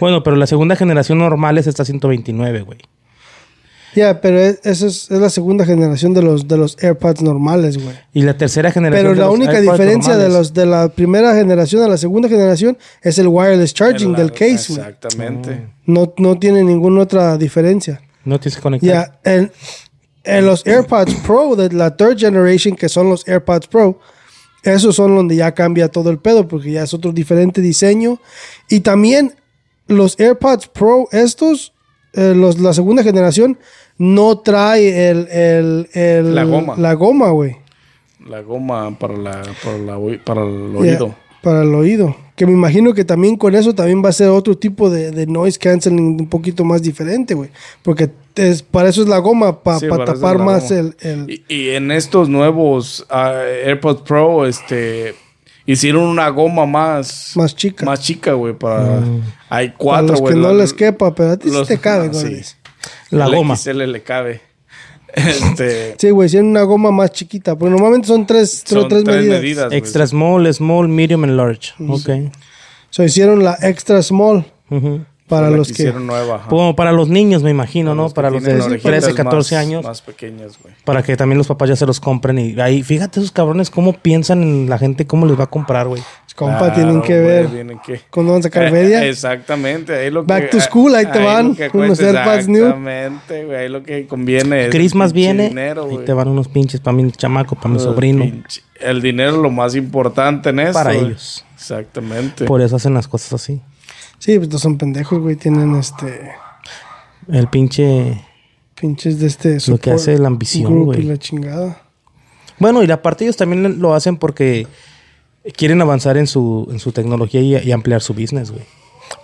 [SPEAKER 2] Bueno, pero la segunda generación normal es esta 129, güey.
[SPEAKER 3] Ya, pero es- esa es, es la segunda generación de los, de los AirPods normales, güey.
[SPEAKER 2] Y la tercera generación...
[SPEAKER 3] Pero
[SPEAKER 2] de
[SPEAKER 3] la
[SPEAKER 2] los
[SPEAKER 3] única
[SPEAKER 2] iPods
[SPEAKER 3] diferencia de,
[SPEAKER 2] normales-
[SPEAKER 3] los, de la primera generación a la segunda generación es el wireless charging
[SPEAKER 1] En la-
[SPEAKER 3] del case, güey.
[SPEAKER 1] Exactamente.
[SPEAKER 3] No, no tiene ninguna otra diferencia.
[SPEAKER 2] No tienes que conectar.
[SPEAKER 3] Ya, en, en los AirPods Pro de la third generation, que son los AirPods Pro, Esos son donde ya cambia todo el pedo, porque ya es otro diferente diseño. Y también los AirPods Pro, estos, eh, los, la segunda generación, no trae el, el- el-
[SPEAKER 1] La goma.
[SPEAKER 3] La goma, güey.
[SPEAKER 1] La goma para, la, para, la oi- para el
[SPEAKER 3] Ya,
[SPEAKER 1] oído.
[SPEAKER 3] para el oído. Que me imagino que también con eso también va a ser otro tipo de, de noise canceling un poquito más diferente, güey. Porque es, para eso es la goma, pa-
[SPEAKER 1] Sí,
[SPEAKER 3] para
[SPEAKER 1] para eso
[SPEAKER 3] tapar
[SPEAKER 1] es la
[SPEAKER 3] más
[SPEAKER 1] goma.
[SPEAKER 3] el... el-
[SPEAKER 1] Y, y en estos nuevos ah, AirPods Pro, este, hicieron una goma más,
[SPEAKER 3] Más chica.
[SPEAKER 1] más chica, güey, para,
[SPEAKER 2] Mm.
[SPEAKER 1] hay
[SPEAKER 3] para
[SPEAKER 1] cuatro,
[SPEAKER 3] los
[SPEAKER 1] güey.
[SPEAKER 3] que no
[SPEAKER 1] la-
[SPEAKER 3] les quepa, pero a ti sí
[SPEAKER 1] los-
[SPEAKER 3] te cabe,
[SPEAKER 1] ah, sí.
[SPEAKER 3] güey.
[SPEAKER 2] La
[SPEAKER 1] la
[SPEAKER 2] goma.
[SPEAKER 1] XL le cabe. [LAUGHS] Este,
[SPEAKER 3] Sí, güey, hicieron una goma más chiquita. Porque normalmente son tres,
[SPEAKER 1] son
[SPEAKER 3] tres, medidas.
[SPEAKER 1] güey.
[SPEAKER 2] Extra small, small, medium and large. Ok.
[SPEAKER 3] So, hicieron la extra small
[SPEAKER 2] Ujú.
[SPEAKER 3] para
[SPEAKER 1] La
[SPEAKER 3] los que.
[SPEAKER 1] hicieron nueva. ajá.
[SPEAKER 2] Como para los niños, me imagino, ¿no? Para los de
[SPEAKER 1] Tienen orejitas
[SPEAKER 2] 13, 14
[SPEAKER 1] más-
[SPEAKER 2] años.
[SPEAKER 1] Más pequeñas, güey.
[SPEAKER 2] Para que también los papás ya se los compren. Y ahí, fíjate esos cabrones, cómo piensan en la gente, cómo les va a comprar, güey.
[SPEAKER 3] Compa,
[SPEAKER 1] Claro,
[SPEAKER 3] tienen que
[SPEAKER 1] güey,
[SPEAKER 3] ver.
[SPEAKER 1] tienen
[SPEAKER 3] [LAUGHS]
[SPEAKER 1] que-
[SPEAKER 3] ¿Cuándo van a sacar
[SPEAKER 1] Eh,
[SPEAKER 3] media?
[SPEAKER 1] [LAUGHS] Exactamente. Ahí lo
[SPEAKER 3] Back
[SPEAKER 1] que-
[SPEAKER 3] to school, ahí te
[SPEAKER 1] lo
[SPEAKER 3] [LAUGHS] van,
[SPEAKER 1] que
[SPEAKER 3] unos
[SPEAKER 1] cuesta,
[SPEAKER 3] AirPods new.
[SPEAKER 1] Exactamente, güey. Ahí lo que conviene es.
[SPEAKER 2] Christmas
[SPEAKER 1] pinche
[SPEAKER 2] viene
[SPEAKER 1] dinero,
[SPEAKER 2] y
[SPEAKER 1] güey. Ah,
[SPEAKER 2] te van unos pinches para mi chamaco, para mi sobrino.
[SPEAKER 1] Pinche- El dinero es lo más importante en esto.
[SPEAKER 2] Para
[SPEAKER 1] güey.
[SPEAKER 2] ellos.
[SPEAKER 1] Exactamente.
[SPEAKER 2] Por eso hacen las cosas así.
[SPEAKER 3] Sí, pues no son pendejos, güey. Tienen este.
[SPEAKER 2] El pinche...
[SPEAKER 3] Pinches de este.
[SPEAKER 2] Lo que hace la ambición,
[SPEAKER 3] group
[SPEAKER 2] güey.
[SPEAKER 3] Y la chingada.
[SPEAKER 2] Bueno, y aparte ellos también lo hacen porque quieren avanzar en su, en su tecnología y, y ampliar su business, güey.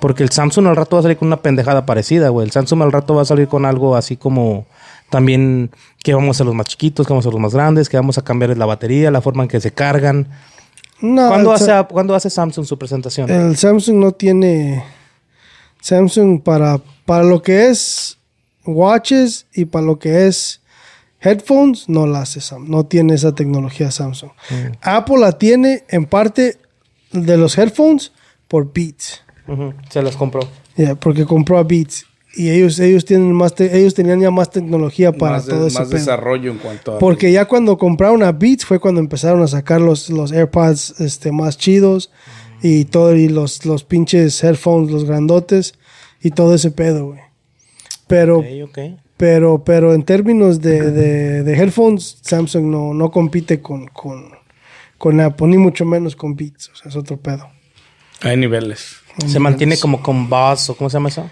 [SPEAKER 2] Porque el Samsung al rato va a salir con una pendejada parecida, güey. El Samsung al rato va a salir con algo así como también que vamos a ser los más chiquitos, que vamos a ser los más grandes, que vamos a cambiar la batería, la forma en que se cargan.
[SPEAKER 3] No,
[SPEAKER 2] ¿Cuándo,
[SPEAKER 3] el
[SPEAKER 2] hace,
[SPEAKER 3] Sa-
[SPEAKER 2] ¿cuándo hace Samsung su presentación?
[SPEAKER 3] Ah, El Samsung no tiene. Samsung para, para lo que es watches y para lo que es headphones, no la hace Samsung. No tiene esa tecnología Samsung.
[SPEAKER 1] Mm.
[SPEAKER 3] Apple la tiene en parte de los headphones por Beats.
[SPEAKER 2] Ujú, Se las compró.
[SPEAKER 3] Yeah, porque compró a Beats. Y ellos, ellos, tienen más te- ellos tenían ya más tecnología para
[SPEAKER 1] más de-
[SPEAKER 3] todo ese
[SPEAKER 1] más
[SPEAKER 3] pedo.
[SPEAKER 1] desarrollo en cuanto a.
[SPEAKER 3] Porque ya cuando compraron a Beats fue cuando empezaron a sacar los, los AirPods este, más chidos y todo, y los, los pinches headphones, los grandotes y todo ese pedo, güey. Pero,
[SPEAKER 2] Ok, ok.
[SPEAKER 3] pero, pero en términos de, de, de headphones, Samsung no, no compite con, con, con Apple, ni mucho menos con Beats. O sea, es otro pedo.
[SPEAKER 1] Hay niveles.
[SPEAKER 2] Se mantiene como con Buzz o ¿cómo se llama eso?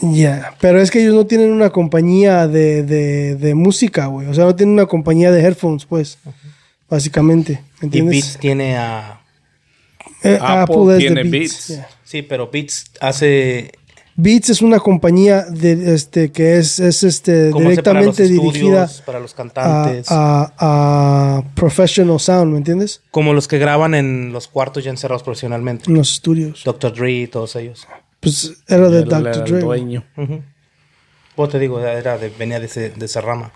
[SPEAKER 3] Ya, pero es que ellos no tienen una compañía de, de, de música, güey. O sea, no tienen una compañía de headphones, pues. Básicamente,
[SPEAKER 2] Y
[SPEAKER 3] ¿me entiendes?
[SPEAKER 2] Beats tiene a...
[SPEAKER 3] Eh,
[SPEAKER 1] Apple
[SPEAKER 3] Apple, es
[SPEAKER 1] tiene
[SPEAKER 3] de
[SPEAKER 1] Beats.
[SPEAKER 3] Beats. yeah.
[SPEAKER 2] Sí, pero Beats hace
[SPEAKER 3] Beats es una compañía de este que es, es este
[SPEAKER 2] como hace para los
[SPEAKER 3] directamente dirigida
[SPEAKER 2] estudios, para los
[SPEAKER 3] a,
[SPEAKER 2] cantantes.
[SPEAKER 3] a- a professional sound, ¿me entiendes?
[SPEAKER 2] Como los que graban en los cuartos ya encerrados profesionalmente.
[SPEAKER 3] En los estudios.
[SPEAKER 2] Dr. Dre y todos ellos.
[SPEAKER 3] Pues era de
[SPEAKER 1] Él era
[SPEAKER 3] Dr.
[SPEAKER 1] el
[SPEAKER 3] Dre. güey.
[SPEAKER 1] dueño.
[SPEAKER 2] Ujú. Vos te digo, era de- venía de, ese- de esa rama.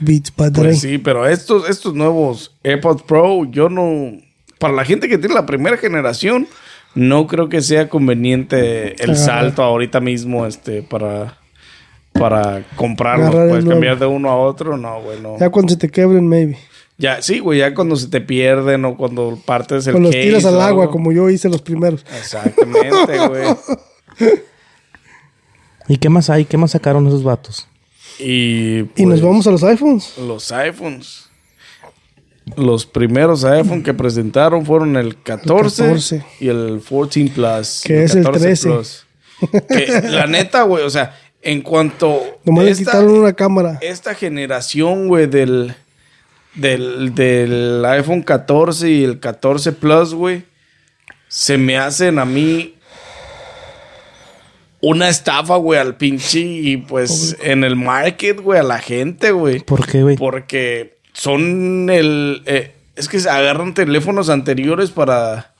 [SPEAKER 3] Beats by Dre.
[SPEAKER 1] Pues sí, pero estos, estos nuevos AirPods Pro, yo no. Para la gente que tiene la primera generación, no creo que sea conveniente el
[SPEAKER 3] Agarrar.
[SPEAKER 1] salto ahorita mismo este, para, para comprarlos.
[SPEAKER 3] Agarrar el
[SPEAKER 1] Puedes
[SPEAKER 3] nuevo.
[SPEAKER 1] cambiar de uno a otro, no, güey, no.
[SPEAKER 3] Ya
[SPEAKER 1] Ya,
[SPEAKER 3] cuando se te quebren, maybe.
[SPEAKER 1] sí, güey, ya cuando se te pierden o cuando partes el
[SPEAKER 3] Cuando los tiras
[SPEAKER 1] case o
[SPEAKER 3] al agua,
[SPEAKER 1] algo.
[SPEAKER 3] como yo hice los primeros.
[SPEAKER 1] Exactamente,
[SPEAKER 3] [LAUGHS]
[SPEAKER 1] güey.
[SPEAKER 2] ¿Y qué más hay? ¿Qué más sacaron esos vatos?
[SPEAKER 1] Y,
[SPEAKER 3] Y nos
[SPEAKER 1] pues,
[SPEAKER 3] vamos a los iPhones.
[SPEAKER 1] Los iPhones. Los primeros iPhone que presentaron fueron el 14,
[SPEAKER 3] 14.
[SPEAKER 1] y el 14 Plus.
[SPEAKER 3] Que es el 13.
[SPEAKER 1] Plus. Que, la neta, güey, o sea, en cuanto.
[SPEAKER 3] Nomás le
[SPEAKER 1] esta-
[SPEAKER 3] quitaron una cámara.
[SPEAKER 1] esta generación, güey, del, del, del iPhone 14 y el 14 Plus, güey, se me hacen a mí una estafa, güey, al pinche y pues en el market, güey, a la gente, güey.
[SPEAKER 2] ¿Por qué, güey?
[SPEAKER 1] Porque son el... eh, es que agarran teléfonos anteriores para,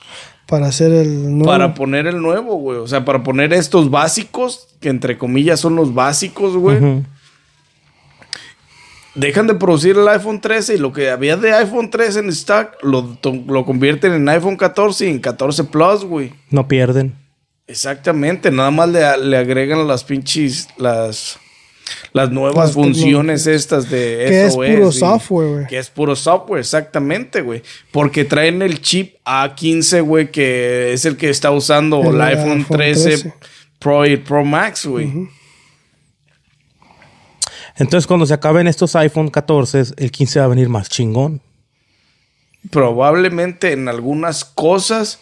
[SPEAKER 3] para hacer el nuevo.
[SPEAKER 1] para poner el nuevo, güey. O sea, para poner estos básicos, que entre comillas son los básicos, güey
[SPEAKER 2] Ujú.
[SPEAKER 1] dejan de producir el iPhone 13 y lo que había de iPhone 13 en stock lo, to- lo convierten en iPhone 14 y en 14 Plus, güey.
[SPEAKER 2] No pierden.
[SPEAKER 1] Exactamente, nada más le, a- le agregan las pinches, las, las nuevas
[SPEAKER 3] Las
[SPEAKER 1] funciones estas de
[SPEAKER 3] Que es
[SPEAKER 1] SOS
[SPEAKER 3] puro
[SPEAKER 1] y-
[SPEAKER 3] software, güey.
[SPEAKER 1] Que es puro software, exactamente, güey. Porque traen el chip A15, güey, que es el que está usando
[SPEAKER 3] El
[SPEAKER 1] el, iPhone,
[SPEAKER 3] iPhone
[SPEAKER 1] 13,
[SPEAKER 3] 13.
[SPEAKER 1] Pro y Pro Max, güey.
[SPEAKER 2] Entonces, cuando se acaben estos iPhone 14, el 15 va a venir más chingón.
[SPEAKER 1] probablemente en algunas cosas,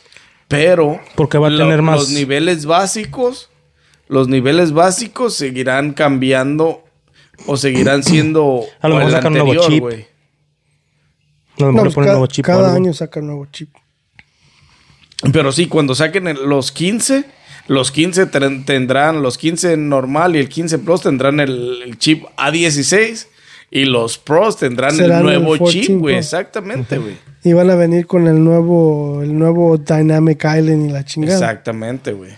[SPEAKER 1] pero
[SPEAKER 2] Porque va a tener más-
[SPEAKER 1] los niveles básicos, los niveles básicos seguirán cambiando o seguirán siendo
[SPEAKER 2] A lo
[SPEAKER 1] o
[SPEAKER 2] mejor
[SPEAKER 1] el
[SPEAKER 2] sacan un nuevo
[SPEAKER 1] anterior,
[SPEAKER 2] chip.
[SPEAKER 1] güey.
[SPEAKER 2] A lo
[SPEAKER 3] No,
[SPEAKER 2] mejor le
[SPEAKER 3] pues,
[SPEAKER 2] ponen
[SPEAKER 3] ca-
[SPEAKER 2] nuevo chip o
[SPEAKER 3] cada
[SPEAKER 2] algo.
[SPEAKER 3] año sacan nuevo chip.
[SPEAKER 1] Pero sí, cuando saquen el- los 15, los 15 tren- tendrán, los 15 normal y el 15 Plus tendrán el, el chip A16 y los Pros tendrán
[SPEAKER 3] Serán
[SPEAKER 1] el
[SPEAKER 3] el
[SPEAKER 1] nuevo chip,
[SPEAKER 3] 14
[SPEAKER 1] güey.
[SPEAKER 3] Pro.
[SPEAKER 1] Exactamente, güey.
[SPEAKER 3] Y van a venir con el nuevo, el nuevo Dynamic Island y la chingada.
[SPEAKER 1] Exactamente, güey.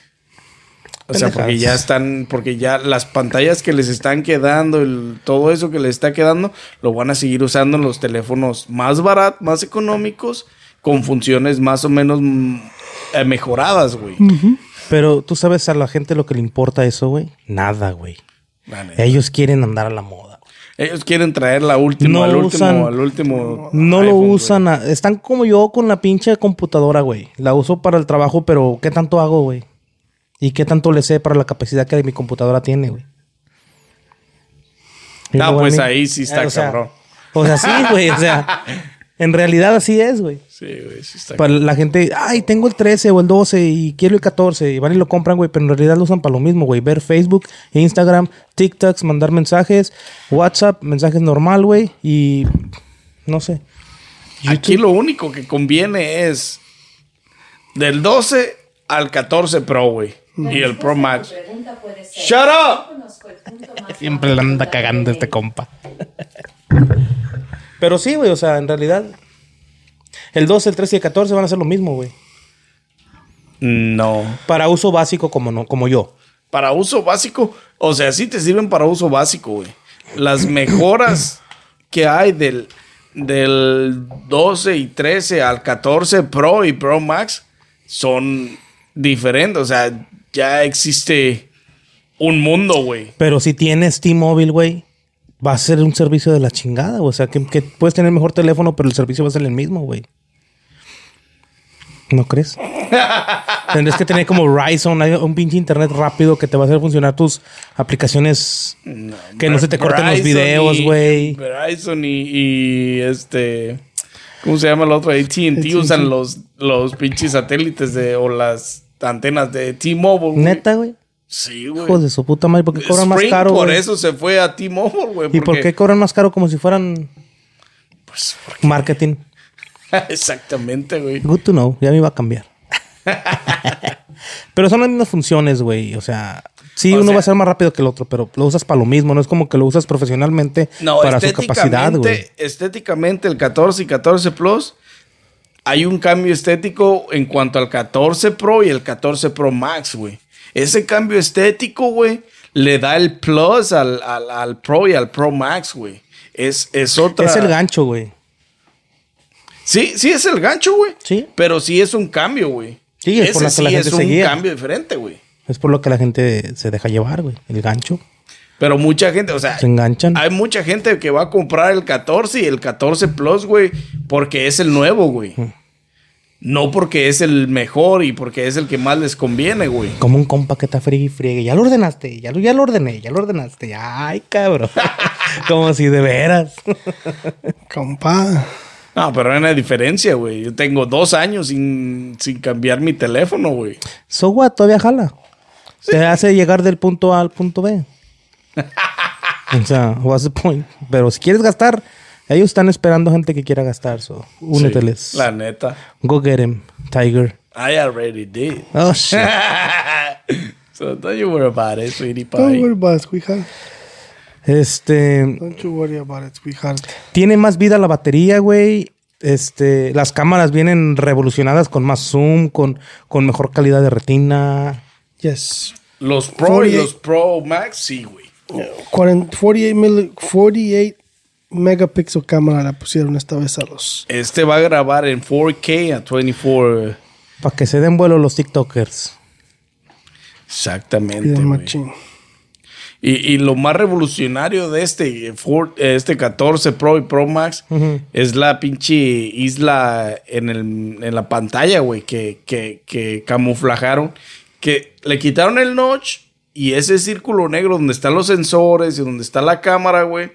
[SPEAKER 1] O sea,
[SPEAKER 2] Pendejadas.
[SPEAKER 1] porque ya están, porque ya las pantallas que les están quedando, el- todo eso que les está quedando, lo van a seguir usando en los teléfonos más baratos, más económicos, con funciones más o menos mm, eh, mejoradas, güey.
[SPEAKER 2] Pero tú sabes a la gente lo que le importa eso, güey. Nada, güey.
[SPEAKER 1] La neta.
[SPEAKER 2] Ellos quieren andar a la moda.
[SPEAKER 1] Ellos quieren traer la última,
[SPEAKER 2] No
[SPEAKER 1] al último,
[SPEAKER 2] usan-
[SPEAKER 1] al último.
[SPEAKER 2] No lo
[SPEAKER 1] iPhone, güey.
[SPEAKER 2] usan. a- están como yo con la pinche computadora, güey. La uso para el trabajo, pero ¿qué tanto hago, güey? ¿Y qué tanto le sé para la capacidad que mi computadora tiene, güey? You
[SPEAKER 1] Ah,
[SPEAKER 2] know what
[SPEAKER 1] pues
[SPEAKER 2] I mean?
[SPEAKER 1] ahí sí está
[SPEAKER 2] Eh, o sea,
[SPEAKER 1] cabrón.
[SPEAKER 2] O sea, sí, güey. O
[SPEAKER 1] [LAUGHS]
[SPEAKER 2] sea, en realidad así es, güey.
[SPEAKER 1] Sí, güey, sí está
[SPEAKER 2] Para la gente, ay, tengo el 13 o el 12 y quiero el 14 y van y lo compran, güey, pero en realidad lo usan para lo mismo, güey. Ver Facebook, Instagram, TikToks, mandar mensajes, WhatsApp, mensajes normal, güey, y no sé.
[SPEAKER 1] Aquí lo único que conviene es del 12 al 14 Pro, güey. Y el Pro Max. Shut
[SPEAKER 4] Shut
[SPEAKER 1] up!
[SPEAKER 2] Siempre la anda cagando este compa. [LAUGHS] pero sí, güey, o sea, en realidad el 12, el 13 y el 14 van a ser lo mismo, güey.
[SPEAKER 1] No.
[SPEAKER 2] Para uso básico como no, como yo.
[SPEAKER 1] Para uso básico, o sea, sí te sirven para uso básico, güey. Las mejoras que hay del, del 12 y 13 al 14 Pro y Pro Max son diferentes. O sea, ya existe un mundo, güey.
[SPEAKER 2] Pero si tienes T-Mobile, güey, va a ser un servicio de la chingada. güey. O sea, que, que puedes tener mejor teléfono, pero el servicio va a ser el mismo, güey. ¿No
[SPEAKER 1] [LAUGHS]
[SPEAKER 2] crees? Tendrías que tener como Ryzen, hay un pinche internet rápido que te va a hacer funcionar tus aplicaciones. que no se te corten los
[SPEAKER 1] Verizon
[SPEAKER 2] videos,
[SPEAKER 1] y-
[SPEAKER 2] güey.
[SPEAKER 1] Verizon y, y, este. ¿Cómo se llama el otro? ATT
[SPEAKER 3] AT&T.
[SPEAKER 1] usan los, los pinches satélites de, o las antenas de T-Mobile. güey.
[SPEAKER 2] Neta, güey.
[SPEAKER 1] Sí, güey.
[SPEAKER 2] Hijos de su puta madre, ¿por qué cobran más
[SPEAKER 1] Sprint
[SPEAKER 2] caro?
[SPEAKER 1] por
[SPEAKER 2] güey?
[SPEAKER 1] eso se fue a T-Mobile, güey.
[SPEAKER 2] ¿Y por qué cobran más caro como si fueran
[SPEAKER 1] Pues, porque- [LAUGHS]
[SPEAKER 2] marketing?
[SPEAKER 1] Exactamente, güey.
[SPEAKER 2] Good to know, ya me iba
[SPEAKER 1] [LAUGHS]
[SPEAKER 2] a cambiar. pero son las mismas funciones, güey. O sea, sí,
[SPEAKER 1] O
[SPEAKER 2] uno
[SPEAKER 1] sea-
[SPEAKER 2] va a ser más rápido que el otro, pero lo usas para lo mismo. No es como que lo usas profesionalmente
[SPEAKER 1] No,
[SPEAKER 2] para su
[SPEAKER 1] estéticamente,
[SPEAKER 2] capacidad, güey.
[SPEAKER 1] estéticamente el 14 y 14 Plus hay un cambio estético en cuanto al 14 Pro y el 14 Pro Max, güey. Ese cambio estético, güey, le da el plus al, al- al Pro y al Pro Max, güey. Es, es otra.
[SPEAKER 2] Es el gancho, güey.
[SPEAKER 1] Sí, sí es el gancho, güey.
[SPEAKER 2] Sí.
[SPEAKER 1] Pero sí es un cambio, güey.
[SPEAKER 2] Sí, es por
[SPEAKER 1] Ese
[SPEAKER 2] la que la
[SPEAKER 1] sí
[SPEAKER 2] gente
[SPEAKER 1] es un
[SPEAKER 2] se guía.
[SPEAKER 1] cambio diferente, güey.
[SPEAKER 2] Es por lo que la gente se deja llevar, güey. El gancho.
[SPEAKER 1] Pero mucha gente, o sea,
[SPEAKER 2] Se enganchan.
[SPEAKER 1] hay mucha gente que va a comprar el 14 y el 14 Plus, güey, porque es el nuevo, güey. No porque es el mejor y porque es el que más les conviene, güey.
[SPEAKER 2] Como un compa que está friegue y friegue. Ya lo ordenaste, ya lo, ya lo ordené, ya lo ordenaste. Ay,
[SPEAKER 1] [LAUGHS]
[SPEAKER 2] cabrón. como si de veras.
[SPEAKER 3] Compa.
[SPEAKER 1] No, pero hay una diferencia, güey. Yo tengo dos años sin, sin cambiar mi teléfono, güey.
[SPEAKER 2] So what, todavía jala. Te hace llegar del punto A al punto B. o sea, what's the point? Pero si quieres gastar, ellos están esperando gente que quiera gastar. So, úneteles.
[SPEAKER 1] Sí, la neta.
[SPEAKER 2] Go get him, Tiger.
[SPEAKER 1] I already did.
[SPEAKER 2] Oh, shit.
[SPEAKER 1] [LAUGHS] so don't you worry about it, sweetie pie.
[SPEAKER 3] Don't worry about it, sweetheart.
[SPEAKER 2] este,
[SPEAKER 3] Don't you worry about it, sweetheart.
[SPEAKER 2] tiene más vida la batería, güey. Este, las cámaras vienen revolucionadas con más zoom, con, con mejor calidad de retina.
[SPEAKER 3] Yes.
[SPEAKER 1] Los Pro y
[SPEAKER 3] 48.
[SPEAKER 1] los Pro Max, sí, güey.
[SPEAKER 3] 40 48, mil- 48 megapixel cámara la pusieron esta vez a los.
[SPEAKER 1] Este va a grabar en 4K a 24.
[SPEAKER 2] Para que se den vuelo los TikTokers.
[SPEAKER 1] Exactamente.
[SPEAKER 3] y del
[SPEAKER 1] güey.
[SPEAKER 3] machín.
[SPEAKER 1] Y, y lo más revolucionario de este, Ford- este 14 Pro y Pro Max es la pinche isla en, el, en la pantalla, güey, que, que, que camuflajaron. Que le quitaron el notch y ese círculo negro donde están los sensores y donde está la cámara, güey,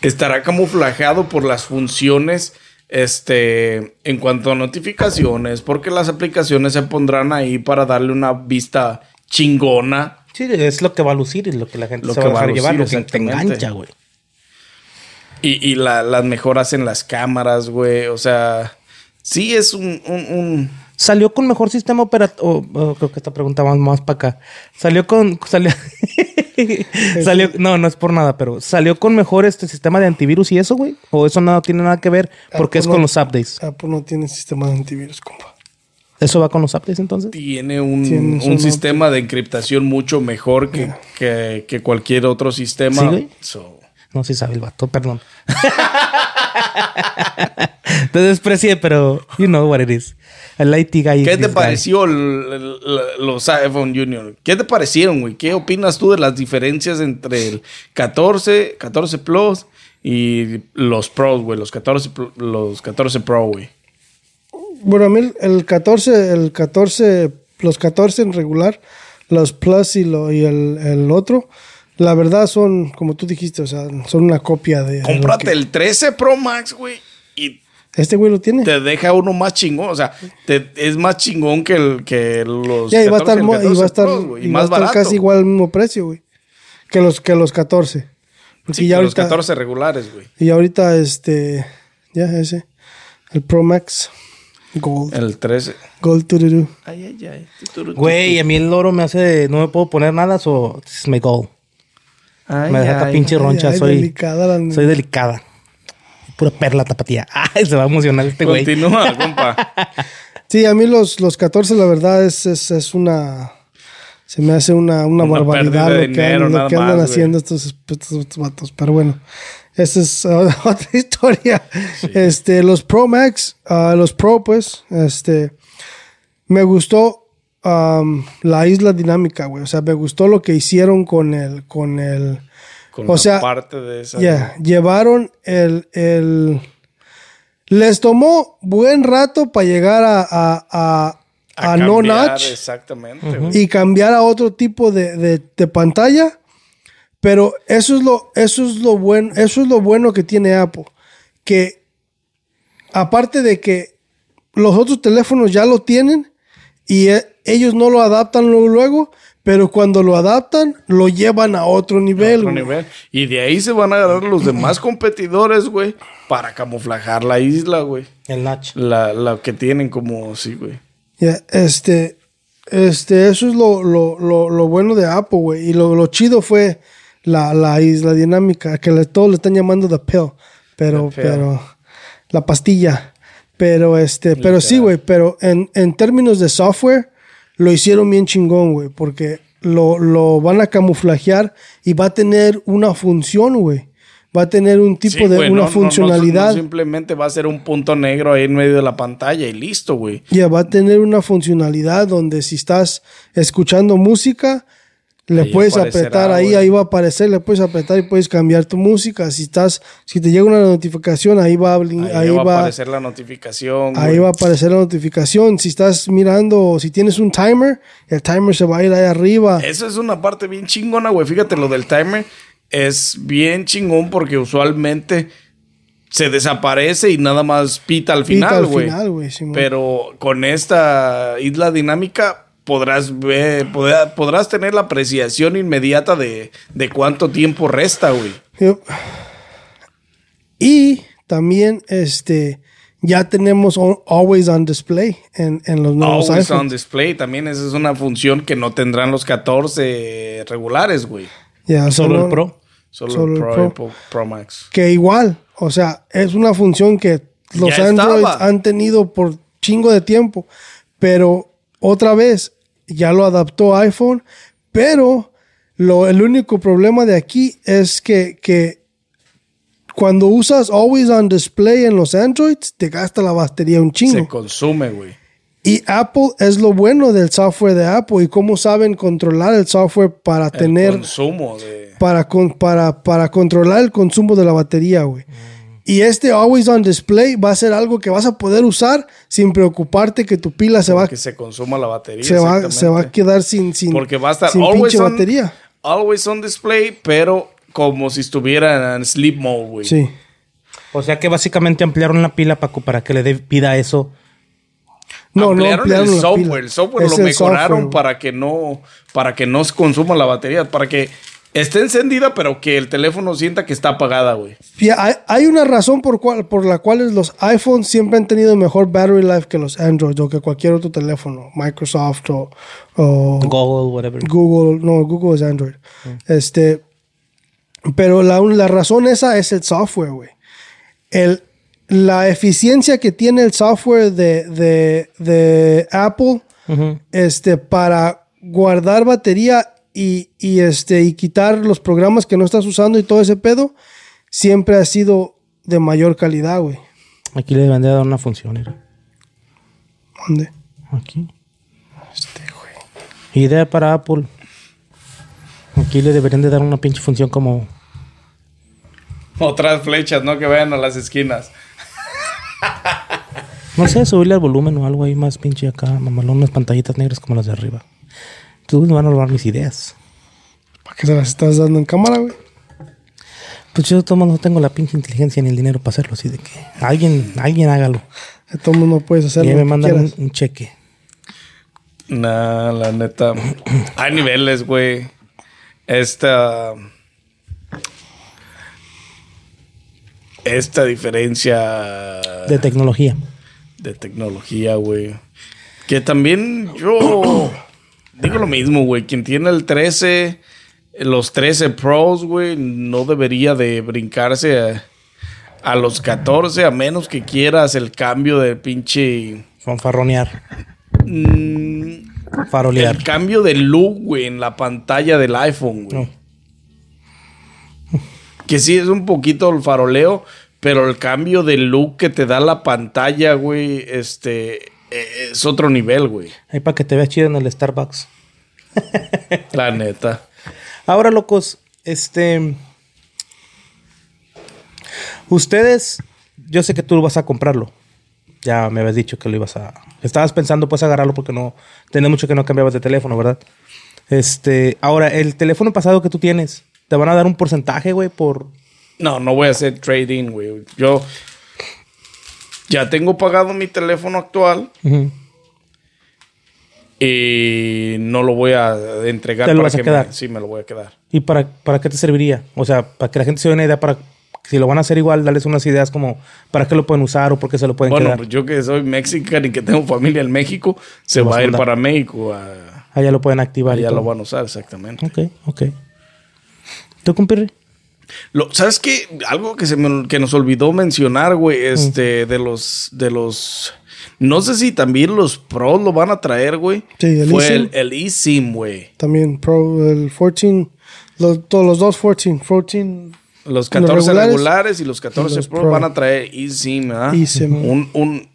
[SPEAKER 1] estará camuflajado por las funciones Este, en cuanto a notificaciones, porque las aplicaciones se pondrán ahí para darle una vista chingona.
[SPEAKER 2] Sí, es lo que va a lucir, es lo que la gente
[SPEAKER 1] Lo
[SPEAKER 2] se
[SPEAKER 1] que
[SPEAKER 2] va a
[SPEAKER 1] va a
[SPEAKER 2] dejar llevar, lo
[SPEAKER 1] lucir,
[SPEAKER 2] que te
[SPEAKER 1] exactamente.
[SPEAKER 2] engancha, güey.
[SPEAKER 1] Y, y la- las mejoras en las cámaras, güey. O sea, sí es un, un- un-
[SPEAKER 2] Salió con mejor sistema operativo. creo que esta pregunta va más para acá. Salió con. Salió, [LAUGHS] salió. No, no es por nada, pero ¿salió con mejor este sistema de antivirus y eso, güey? ¿O eso no tiene nada que ver porque
[SPEAKER 3] Ah,
[SPEAKER 2] es
[SPEAKER 3] pues
[SPEAKER 2] con
[SPEAKER 3] no.
[SPEAKER 2] los updates?
[SPEAKER 3] Apple no tiene sistema de antivirus, compa.
[SPEAKER 2] ¿Eso va con los updates entonces?
[SPEAKER 1] tiene un,
[SPEAKER 3] Tienes
[SPEAKER 1] un
[SPEAKER 3] una-
[SPEAKER 1] sistema de encriptación mucho mejor que, que- que cualquier otro sistema.
[SPEAKER 2] ¿Sí, güey?
[SPEAKER 1] So,
[SPEAKER 2] No, sí sabe el vato, perdón. [LAUGHS] te desprecié, pero you know what it is. El IT guy. is
[SPEAKER 1] ¿Qué te
[SPEAKER 2] this guy.
[SPEAKER 1] pareció el- el- la- los iPhone Junior? ¿Qué te parecieron, güey? ¿Qué opinas tú de las diferencias entre el 14, 14 Plus y los Pros, güey? Los 14, Pro- los 14 Pro, güey.
[SPEAKER 3] Bueno, a mí el- el 14, el 14, los 14 en regular, los Plus y, lo, y el, el otro, la verdad son, como tú dijiste, o sea, son una copia de... de lo
[SPEAKER 1] Cómprate
[SPEAKER 3] que-
[SPEAKER 1] el 13 Pro Max, güey, y
[SPEAKER 3] Este güey lo tiene.
[SPEAKER 1] te deja uno más chingón. O sea, te- es más chingón que, el, que los.
[SPEAKER 3] Ya, y va a
[SPEAKER 1] 14,
[SPEAKER 3] estar,
[SPEAKER 1] el
[SPEAKER 3] mo- y
[SPEAKER 1] 14
[SPEAKER 3] va a estar,
[SPEAKER 1] Pros, güey, y
[SPEAKER 3] y va a
[SPEAKER 1] más
[SPEAKER 3] estar
[SPEAKER 1] barato.
[SPEAKER 3] casi igual al mismo precio, güey. Que los, que los 14. Porque
[SPEAKER 1] Sí,
[SPEAKER 3] ya
[SPEAKER 1] que los
[SPEAKER 3] ahorita,
[SPEAKER 1] 14 regulares, güey.
[SPEAKER 3] Y ahorita, este, ya ese, el Pro Max Gold.
[SPEAKER 1] El 13.
[SPEAKER 3] Gold tururú.
[SPEAKER 1] Ay, ay, ay. este Tu, tu, tu, tu.
[SPEAKER 2] Güey, a mí el loro me hace. No me puedo poner nada, so. This is my goal.
[SPEAKER 1] Ay,
[SPEAKER 2] me deja esta
[SPEAKER 1] ay.
[SPEAKER 2] pinche
[SPEAKER 3] ay,
[SPEAKER 2] roncha.
[SPEAKER 3] ay,
[SPEAKER 2] soy.
[SPEAKER 3] delicada la-
[SPEAKER 2] Soy delicada. Pura perla tapatía. [LAUGHS] Ay, se va a emocionar este güey.
[SPEAKER 3] [LAUGHS]
[SPEAKER 1] Continúa, compa.
[SPEAKER 3] Sí, a mí los, los 14, la verdad, es, es, es una. Se me hace una, una,
[SPEAKER 1] Una
[SPEAKER 3] barbaridad
[SPEAKER 1] pérdida de
[SPEAKER 3] lo que, han-
[SPEAKER 1] dinero,
[SPEAKER 3] lo
[SPEAKER 1] nada
[SPEAKER 3] que andan
[SPEAKER 1] más,
[SPEAKER 3] haciendo estos, estos, estos vatos. Pero bueno, esa es [LAUGHS] uh, otra historia. Este, los Pro Max, uh, los Pro, pues, este. Me gustó um, la isla dinámica, güey. O sea, me gustó lo que hicieron con el. Con el
[SPEAKER 1] Con
[SPEAKER 3] O
[SPEAKER 1] la
[SPEAKER 3] sea,
[SPEAKER 1] parte de esa.
[SPEAKER 3] ya, llevaron el, el- Les tomó buen rato para llegar a, a, a-
[SPEAKER 1] a
[SPEAKER 3] a no
[SPEAKER 1] cambiar,
[SPEAKER 3] notch
[SPEAKER 1] Exactamente, güey.
[SPEAKER 3] y cambiar a otro tipo de, de- de pantalla. Pero eso es lo, eso es lo bueno, eso es lo bueno que tiene Apple. Que aparte de que los otros teléfonos ya lo tienen y eh, ellos no lo adaptan luego, luego, pero cuando lo adaptan, lo llevan a otro nivel.
[SPEAKER 1] Otro
[SPEAKER 3] güey.
[SPEAKER 1] nivel. Y de ahí se van a agarrar los demás competidores, güey, para camuflajar la isla, güey.
[SPEAKER 2] El Nach.
[SPEAKER 1] La, la que tienen como, sí, güey.
[SPEAKER 3] Ya, este, este, eso es lo, lo, lo, lo bueno de Apple, güey. Y lo, lo chido fue la, la isla dinámica, que le- todos le están llamando The Pill, pero,
[SPEAKER 1] The Pill.
[SPEAKER 3] pero, la pastilla. Pero, este, pero sí, güey, pero en, en términos de software, lo hicieron bien chingón, güey, porque lo, lo van a camuflajear y va a tener una función, güey. Va a tener un tipo
[SPEAKER 1] Sí,
[SPEAKER 3] de
[SPEAKER 1] güey, no-
[SPEAKER 3] una
[SPEAKER 1] no- no-
[SPEAKER 3] funcionalidad.
[SPEAKER 1] no simplemente va a ser un punto negro ahí en medio de la pantalla y listo, güey.
[SPEAKER 3] Ya va a tener una funcionalidad donde si estás escuchando música, le
[SPEAKER 1] Ahí
[SPEAKER 3] puedes
[SPEAKER 1] aparecerá,
[SPEAKER 3] apretar ahí,
[SPEAKER 1] güey.
[SPEAKER 3] ahí va a aparecer, le puedes apretar y puedes cambiar tu música. Si estás, si te llega una notificación, ahí va a blin-
[SPEAKER 1] Ahí,
[SPEAKER 3] ahí
[SPEAKER 1] va, a
[SPEAKER 3] va,
[SPEAKER 1] aparecer la notificación.
[SPEAKER 3] ahí
[SPEAKER 1] güey.
[SPEAKER 3] va a aparecer la notificación. Si estás mirando, o si tienes un timer, el timer se va a ir ahí arriba.
[SPEAKER 1] Eso es una parte bien chingona, güey. Fíjate, lo del timer es bien chingón porque usualmente se desaparece y nada más pita al
[SPEAKER 3] Pita
[SPEAKER 1] final,
[SPEAKER 3] al
[SPEAKER 1] güey.
[SPEAKER 3] final, güey, Simón.
[SPEAKER 1] Pero con esta isla dinámica podrás ver, podrá- podrás tener la apreciación inmediata de, de cuánto tiempo resta, güey.
[SPEAKER 3] Yep. Y también este ya tenemos on- always on display en, en los nuevos
[SPEAKER 1] Always
[SPEAKER 3] iPhones.
[SPEAKER 1] on display. También esa es una función que no tendrán los 14 regulares, güey.
[SPEAKER 3] Ya,
[SPEAKER 2] Solo el
[SPEAKER 3] no-
[SPEAKER 2] pro.
[SPEAKER 1] Solo,
[SPEAKER 3] Solo
[SPEAKER 1] el
[SPEAKER 3] el
[SPEAKER 1] Pro,
[SPEAKER 3] Pro.
[SPEAKER 1] y Pro- Pro Max.
[SPEAKER 3] que igual, o sea, es una función que los
[SPEAKER 1] Ya estaba.
[SPEAKER 3] Androids han tenido por chingo de tiempo, pero otra vez ya lo adaptó iPhone, pero lo, el único problema de aquí es que, que cuando usas Always on Display en los Androids, te gasta la batería un chingo.
[SPEAKER 1] Se consume, güey.
[SPEAKER 3] Y Apple es lo bueno del software de Apple y cómo saben controlar el software para
[SPEAKER 1] El
[SPEAKER 3] tener
[SPEAKER 1] consumo de...
[SPEAKER 3] para, con- para, para controlar el consumo de la batería, güey. Y este Always On Display va a ser algo que vas a poder usar sin preocuparte que tu pila se va,
[SPEAKER 1] que se consuma la batería.
[SPEAKER 3] se va,
[SPEAKER 1] exactamente.
[SPEAKER 3] se va a quedar sin, sin,
[SPEAKER 1] Porque va a estar
[SPEAKER 3] sin
[SPEAKER 1] always
[SPEAKER 3] pinche
[SPEAKER 1] on,
[SPEAKER 3] batería.
[SPEAKER 1] always on display, pero como si estuviera en sleep mode, güey.
[SPEAKER 3] Sí.
[SPEAKER 2] O sea que básicamente ampliaron la pila, Paco, para que le dé vida a eso.
[SPEAKER 1] No,
[SPEAKER 3] No,
[SPEAKER 1] ampliaron
[SPEAKER 3] no ampliaron
[SPEAKER 1] el
[SPEAKER 3] la
[SPEAKER 1] software,
[SPEAKER 3] pila.
[SPEAKER 1] el software
[SPEAKER 3] Es
[SPEAKER 1] lo
[SPEAKER 3] el
[SPEAKER 1] mejoraron
[SPEAKER 3] software,
[SPEAKER 1] para que no para que no se consuma la batería, para que esté encendida pero que el teléfono sienta que está apagada, güey.
[SPEAKER 3] Y hay, hay una razón por, cual, por la cual los iPhones siempre han tenido mejor battery life que los Android o que cualquier otro teléfono, Microsoft o, o
[SPEAKER 2] Google, whatever.
[SPEAKER 3] Google. No, Google es Android.
[SPEAKER 2] Ah.
[SPEAKER 3] Este, pero la, un- la razón esa es el software, güey. El, la eficiencia que tiene el software de, de, de Apple
[SPEAKER 2] Ujú.
[SPEAKER 3] este, para guardar batería y, y, este, y quitar los programas que no estás usando y todo ese pedo, siempre ha sido de mayor calidad, güey.
[SPEAKER 2] Aquí le deben de dar una función, era.
[SPEAKER 3] ¿Dónde?
[SPEAKER 2] Aquí. Este Idea para Apple. Aquí le deberían de dar una pinche función como...
[SPEAKER 1] [LAUGHS] Otras flechas, ¿no? Que vayan a las esquinas.
[SPEAKER 2] No sé, subirle al volumen o algo ahí más pinche acá. Mamalón, unas pantallitas negras como las de arriba. Tú me van a robar mis ideas.
[SPEAKER 3] ¿Para qué se las estás dando en cámara, güey?
[SPEAKER 2] Pues yo de todos modos, no tengo la pinche inteligencia ni el dinero para hacerlo, así de que alguien, alguien hágalo.
[SPEAKER 3] De todo mundo puedes
[SPEAKER 2] Y
[SPEAKER 3] hacerlo.
[SPEAKER 2] ahí me
[SPEAKER 3] lo que
[SPEAKER 2] mandan un,
[SPEAKER 3] quieras.
[SPEAKER 2] un cheque.
[SPEAKER 1] Nah, la neta. Hay niveles, güey. Esta. Esta diferencia
[SPEAKER 2] De tecnología.
[SPEAKER 1] de tecnología, güey. Que también yo [COUGHS] digo lo mismo, güey. Quien tiene el 13, los 13 Pros, güey, no debería de brincarse a, a los 14, a menos que quieras el cambio de pinche.
[SPEAKER 2] Fanfarronear.
[SPEAKER 1] mm,
[SPEAKER 2] Farolear.
[SPEAKER 1] el cambio de look, güey, en la pantalla del iPhone, güey.
[SPEAKER 2] No.
[SPEAKER 1] Que sí es un poquito el faroleo, pero el cambio de look que te da la pantalla, güey, este e- es otro nivel,
[SPEAKER 2] [LAUGHS]
[SPEAKER 1] güey.
[SPEAKER 2] Ahí para que te veas chido en el Starbucks.
[SPEAKER 1] La neta.
[SPEAKER 2] Ahora, locos, este. Ustedes, yo sé que tú vas a comprarlo. Ya me habías dicho que lo ibas a. Estabas pensando, pues, agarrarlo porque no. Tenía mucho que no cambiabas de teléfono, ¿verdad? Este. Ahora, el teléfono pasado que tú tienes, ¿te van a dar un porcentaje, güey, por.
[SPEAKER 1] No, no voy a hacer trading, güey. Yo ya tengo pagado mi teléfono actual y no lo voy a entregar
[SPEAKER 2] Te lo
[SPEAKER 1] para
[SPEAKER 2] vas a
[SPEAKER 1] que
[SPEAKER 2] quedar.
[SPEAKER 1] Me, sí me lo voy a quedar.
[SPEAKER 2] ¿Y para, para qué te serviría? O sea, para que la gente se dé una idea, para. Si lo van a hacer igual, darles unas ideas como para qué lo pueden usar o por qué se lo pueden
[SPEAKER 1] Bueno,
[SPEAKER 2] quedar.
[SPEAKER 1] pues yo que soy mexicano y que tengo familia en México, se
[SPEAKER 2] Lo
[SPEAKER 1] va
[SPEAKER 2] vas
[SPEAKER 1] a
[SPEAKER 2] a
[SPEAKER 1] ir
[SPEAKER 2] mandar.
[SPEAKER 1] para México. A,
[SPEAKER 2] Allá lo pueden activar. y
[SPEAKER 1] allá
[SPEAKER 2] todo.
[SPEAKER 1] lo van a usar, exactamente.
[SPEAKER 2] Ok, ok. ¿Tú, compirri?
[SPEAKER 1] Lo- ¿Sabes qué? Algo que se me- que nos olvidó mencionar,
[SPEAKER 3] Mm.
[SPEAKER 1] güey, este, de los, de los, no sé si también los pros lo van a traer, güey.
[SPEAKER 3] Sí, el
[SPEAKER 1] Fue
[SPEAKER 3] eSIM.
[SPEAKER 1] el, el eSIM, güey.
[SPEAKER 3] También, Pro, el 14, los, todos los dos 14, 14
[SPEAKER 1] Los
[SPEAKER 3] Los
[SPEAKER 1] 14 regulares,
[SPEAKER 3] regulares
[SPEAKER 1] y los 14
[SPEAKER 3] y los
[SPEAKER 1] pros
[SPEAKER 3] Pro.
[SPEAKER 1] van a traer eSIM, ¿verdad?
[SPEAKER 3] eSIM.
[SPEAKER 1] Un, un,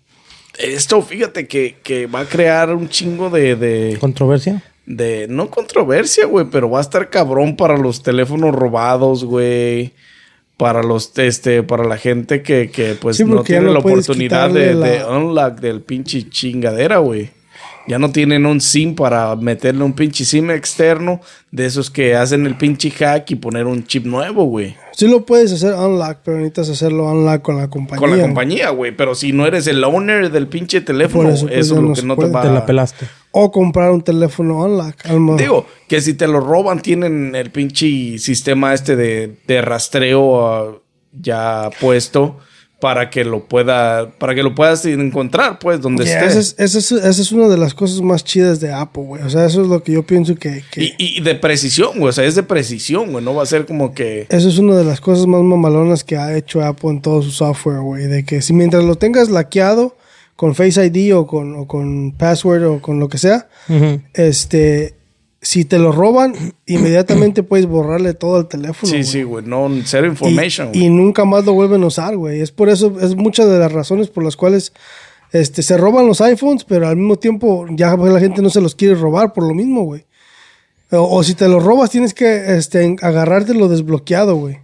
[SPEAKER 1] esto, fíjate que, que va a crear un chingo de, de,
[SPEAKER 2] ¿Controversia?
[SPEAKER 1] de, no controversia, güey, pero va a estar cabrón para los teléfonos robados, güey. Para los, este, para la gente que, que pues,
[SPEAKER 3] Sí,
[SPEAKER 1] no
[SPEAKER 3] porque ya
[SPEAKER 1] tiene
[SPEAKER 3] no
[SPEAKER 1] la
[SPEAKER 3] puedes
[SPEAKER 1] oportunidad de,
[SPEAKER 3] quitarle
[SPEAKER 1] de
[SPEAKER 3] la-
[SPEAKER 1] unlock del pinche chingadera, güey. Ya no tienen un SIM para meterle un pinche SIM externo de esos que hacen el pinche hack y poner un chip nuevo, güey.
[SPEAKER 3] Sí lo puedes hacer unlock, pero necesitas hacerlo unlock con la compañía.
[SPEAKER 1] Con la compañía, güey. Pero si no eres el owner del pinche teléfono,
[SPEAKER 3] Por
[SPEAKER 1] eso,
[SPEAKER 3] eso, pues, ya
[SPEAKER 1] es lo
[SPEAKER 3] no
[SPEAKER 1] que
[SPEAKER 3] se
[SPEAKER 1] no te
[SPEAKER 3] puede.
[SPEAKER 1] va
[SPEAKER 2] Te la pelaste.
[SPEAKER 3] O comprar un teléfono unlock. a lo mejor.
[SPEAKER 1] Digo, que si te lo roban, tienen el pinche sistema este de, de rastreo ah, ya puesto para que lo pueda, para que lo puedas encontrar, pues, donde
[SPEAKER 3] Yeah,
[SPEAKER 1] estés.
[SPEAKER 3] Esa es, esa, es, esa es una de las cosas más chidas de Apple, güey. O sea, eso es lo que yo pienso que... que
[SPEAKER 1] Y, y de precisión, güey. O sea, es de precisión, güey. No va a ser como que.
[SPEAKER 3] Eso es una de las cosas más mamalonas que ha hecho Apple en todo su software, güey. De que si mientras lo tengas laqueado con Face ID o con, o con password o con lo que sea, este... Si te lo roban, inmediatamente puedes borrarle todo al teléfono.
[SPEAKER 1] Sí,
[SPEAKER 3] güey.
[SPEAKER 1] sí, güey. No, cero
[SPEAKER 3] Y-
[SPEAKER 1] information.
[SPEAKER 3] Y,
[SPEAKER 1] güey.
[SPEAKER 3] nunca más lo vuelven a usar, güey. Es por eso, es muchas de las razones por las cuales este, se roban los iPhones, pero al mismo tiempo ya la gente no se los quiere robar por lo mismo, güey. O, o si te los robas, tienes que este, en- agarrártelo desbloqueado, güey.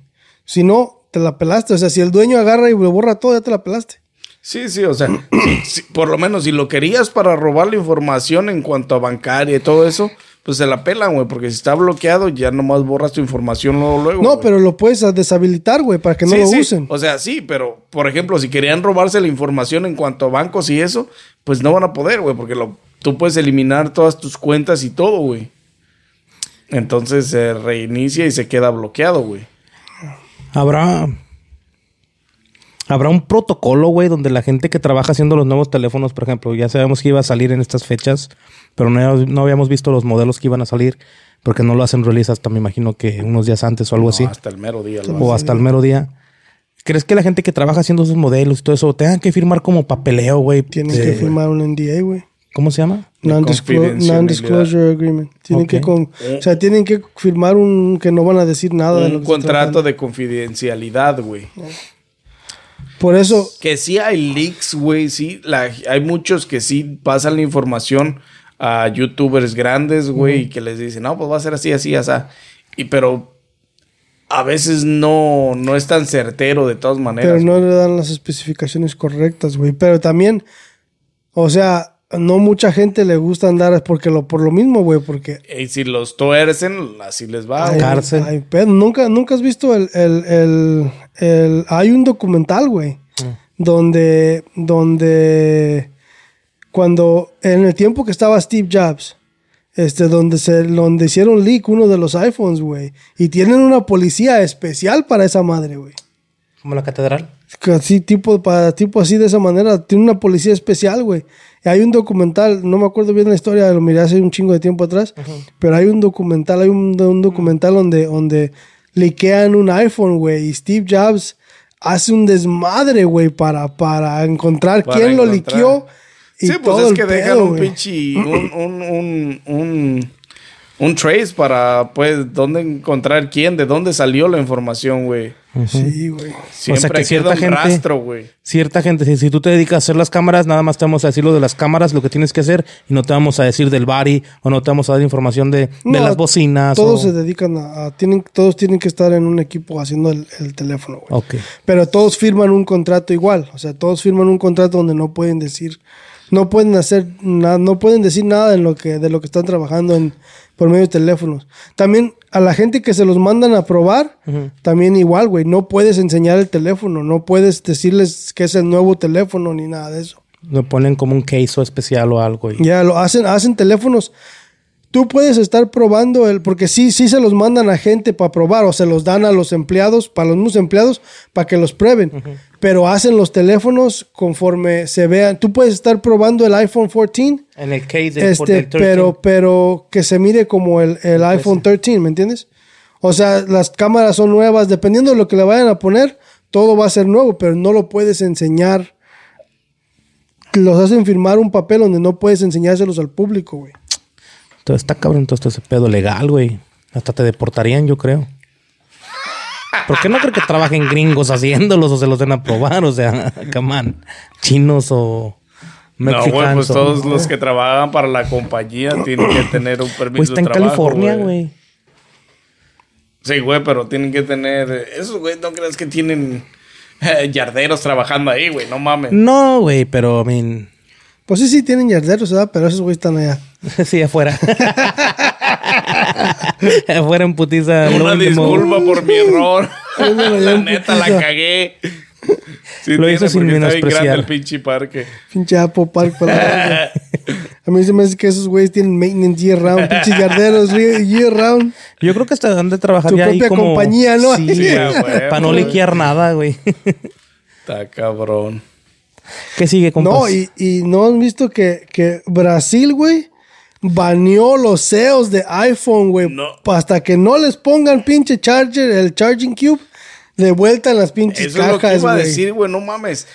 [SPEAKER 3] Si no, te la pelaste. O sea, si el dueño agarra y lo borra todo, ya te la pelaste.
[SPEAKER 1] Sí, sí, o sea, sí, sí, por lo menos si lo querías para robar la información en cuanto a bancaria y todo eso, pues se la pelan, güey, porque si está bloqueado ya nomás borras tu información luego. luego
[SPEAKER 3] No,
[SPEAKER 1] güey.
[SPEAKER 3] pero lo puedes deshabilitar, güey, para que no
[SPEAKER 1] Sí,
[SPEAKER 3] lo
[SPEAKER 1] sí.
[SPEAKER 3] usen.
[SPEAKER 1] O sea, sí, pero por ejemplo, si querían robarse la información en cuanto a bancos y eso, pues no van a poder, güey, porque lo, tú puedes eliminar todas tus cuentas y todo, güey. Entonces se reinicia y se queda bloqueado, güey.
[SPEAKER 2] Habrá. Habrá un protocolo, güey, donde la gente que trabaja haciendo los nuevos teléfonos, por ejemplo, ya sabemos que iba a salir en estas fechas, pero no, no habíamos visto los modelos que iban a salir, porque no lo hacen release hasta me imagino que unos días antes o algo
[SPEAKER 3] Pues
[SPEAKER 2] así,
[SPEAKER 1] No, hasta el mero día. lo
[SPEAKER 2] o hasta el mero día. ¿Crees que la gente que trabaja haciendo esos modelos y todo eso tengan que firmar como papeleo, güey?
[SPEAKER 3] Tienen
[SPEAKER 2] de-
[SPEAKER 3] que firmar un NDA, güey.
[SPEAKER 2] ¿Cómo se llama?
[SPEAKER 3] Non-disclo-
[SPEAKER 1] confidencialidad.
[SPEAKER 3] Non-disclosure agreement. Tienen
[SPEAKER 2] Ok.
[SPEAKER 3] que con- o sea, tienen que firmar un que no van a decir nada de
[SPEAKER 1] hacen.
[SPEAKER 3] lo
[SPEAKER 1] Un
[SPEAKER 3] que
[SPEAKER 1] contrato
[SPEAKER 3] contrato.
[SPEAKER 1] de confidencialidad, güey.
[SPEAKER 3] Por eso,
[SPEAKER 1] Que sí hay leaks, güey, sí. La, hay muchos que sí pasan la información a youtubers grandes, güey, y que les dicen, no, pues va a ser así, así, así. Y pero a veces no, no es tan certero de todas maneras.
[SPEAKER 3] pero no le dan las especificaciones correctas, güey. Pero también, o sea, no mucha gente le gusta andar porque lo, por lo mismo, güey, porque
[SPEAKER 1] Y si los tuercen, así les va.
[SPEAKER 3] Ay,
[SPEAKER 1] güey.
[SPEAKER 2] cárcel.
[SPEAKER 3] ay, pedo. Nunca, nunca has visto el, el- el- el- Hay un documental, güey. Donde. Donde. Cuando. En el tiempo que estaba Steve Jobs. Este, donde se, donde hicieron leak uno de los iPhones, güey. Y tienen una policía especial para esa madre, güey.
[SPEAKER 2] Como la catedral.
[SPEAKER 3] Así, tipo, para, tipo así de esa manera. Tiene una policía especial, güey. Hay un documental, no me acuerdo bien la historia, lo miré hace un chingo de tiempo atrás. Pero hay un documental, hay un, un documental donde, donde liquean un iPhone, güey. Y Steve Jobs hace un desmadre, güey, para, para encontrar
[SPEAKER 1] Para
[SPEAKER 3] quién lo
[SPEAKER 1] encontrar.
[SPEAKER 3] liqueó. Y
[SPEAKER 1] Sí, pues
[SPEAKER 3] todo
[SPEAKER 1] es
[SPEAKER 3] el
[SPEAKER 1] que
[SPEAKER 3] pedo,
[SPEAKER 1] dejan un
[SPEAKER 3] güey.
[SPEAKER 1] pinche. Un, un, un, un, un trace para, pues, dónde encontrar quién, de dónde salió la información, güey.
[SPEAKER 3] Sí, güey.
[SPEAKER 1] Siempre
[SPEAKER 2] que
[SPEAKER 1] queda
[SPEAKER 2] cierta
[SPEAKER 1] un
[SPEAKER 2] gente-
[SPEAKER 1] rastro, güey.
[SPEAKER 2] Cierta gente, si, si tú te dedicas a hacer las cámaras, nada más te vamos a decir lo de las cámaras, lo que tienes que hacer, y no te vamos a decir del bari, o no te vamos a dar información de, de
[SPEAKER 3] No,
[SPEAKER 2] las bocinas.
[SPEAKER 3] Todos
[SPEAKER 2] o-
[SPEAKER 3] se dedican a, a- tienen, todos tienen que estar en un equipo haciendo el, el teléfono, güey.
[SPEAKER 2] Ok.
[SPEAKER 3] Pero todos firman un contrato igual. O sea, todos firman un contrato donde no pueden decir, no pueden hacer nada, no pueden decir nada en lo que, de lo que están trabajando en, por medio de teléfonos. También a la gente que se los mandan a probar, también igual, güey. No puedes enseñar el teléfono, no puedes decirles que es el nuevo teléfono ni nada de eso.
[SPEAKER 2] Le ponen como un queso especial o algo. Y,
[SPEAKER 3] Ya, lo hacen, hacen teléfonos. Tú puedes estar probando el, porque sí, sí se los mandan a gente para probar o se los dan a los empleados, para los mismos empleados, para que los prueben. Pero hacen los teléfonos conforme se vean. Tú puedes estar probando el iPhone 14,
[SPEAKER 2] en el case del,
[SPEAKER 3] este, pero, pero que se mire como el, el iPhone 13, ¿me entiendes? O sea, las cámaras son nuevas, dependiendo de lo que le vayan a poner, todo va a ser nuevo, pero no lo puedes enseñar. Los hacen firmar un papel donde no puedes enseñárselos al público, güey.
[SPEAKER 2] Todo está cabrón, todo está ese pedo legal, güey. Hasta te deportarían, yo creo. ¿Por qué no creo que trabajen gringos haciéndolos o se los den a probar? O sea, [LAUGHS] come on. Chinos o
[SPEAKER 1] No, güey, pues
[SPEAKER 2] mexicanos. o-
[SPEAKER 1] todos los que trabajan para la compañía tienen que tener un permiso
[SPEAKER 2] Pues está en
[SPEAKER 1] de trabajo,
[SPEAKER 2] California, güey.
[SPEAKER 1] Sí, güey, pero tienen que tener... eh, Esos, güey, no creas que tienen eh, yarderos trabajando ahí, güey, no mames.
[SPEAKER 2] No, güey, pero, I mean, [LAUGHS]
[SPEAKER 3] Pues sí, sí, tienen yarderos, ¿verdad? Pero esos güeyes están allá.
[SPEAKER 2] sí, afuera. [LAUGHS] afuera en putiza.
[SPEAKER 1] Una
[SPEAKER 2] blowing the mo-
[SPEAKER 1] disculpa por mi
[SPEAKER 2] [LAUGHS]
[SPEAKER 1] error.
[SPEAKER 3] Ándale, ya
[SPEAKER 1] la
[SPEAKER 3] un
[SPEAKER 1] neta, la
[SPEAKER 3] poquito.
[SPEAKER 1] cagué. Sí,
[SPEAKER 2] Lo
[SPEAKER 1] tiene,
[SPEAKER 2] hizo
[SPEAKER 1] porque está
[SPEAKER 2] sin
[SPEAKER 1] bien
[SPEAKER 2] menospreciar.
[SPEAKER 1] grande el pinche parque.
[SPEAKER 3] Pinche Apple Park para la verga. A mí se me hace que esos güeyes tienen maintenance year round, pinches yarderos year year round.
[SPEAKER 2] Yo creo que hasta han de trabajar
[SPEAKER 3] Tu
[SPEAKER 2] ya ahí
[SPEAKER 3] propia
[SPEAKER 2] como...
[SPEAKER 3] compañía, ¿no?
[SPEAKER 2] Sí,
[SPEAKER 3] Sí,
[SPEAKER 1] a huevo,
[SPEAKER 2] para no
[SPEAKER 1] güey.
[SPEAKER 2] liquear nada, güey. [LAUGHS]
[SPEAKER 1] Está cabrón.
[SPEAKER 2] ¿Qué sigue, compas?
[SPEAKER 3] No, y, y no han visto que, que Brasil, güey, baneó los CEOs de iPhone, güey.
[SPEAKER 1] No.
[SPEAKER 3] Hasta que no les pongan pinche charger, el charging cube, de vuelta en las pinches
[SPEAKER 1] Eso es lo que
[SPEAKER 3] cajas,
[SPEAKER 1] iba a
[SPEAKER 3] güey.
[SPEAKER 1] decir, güey, no mames.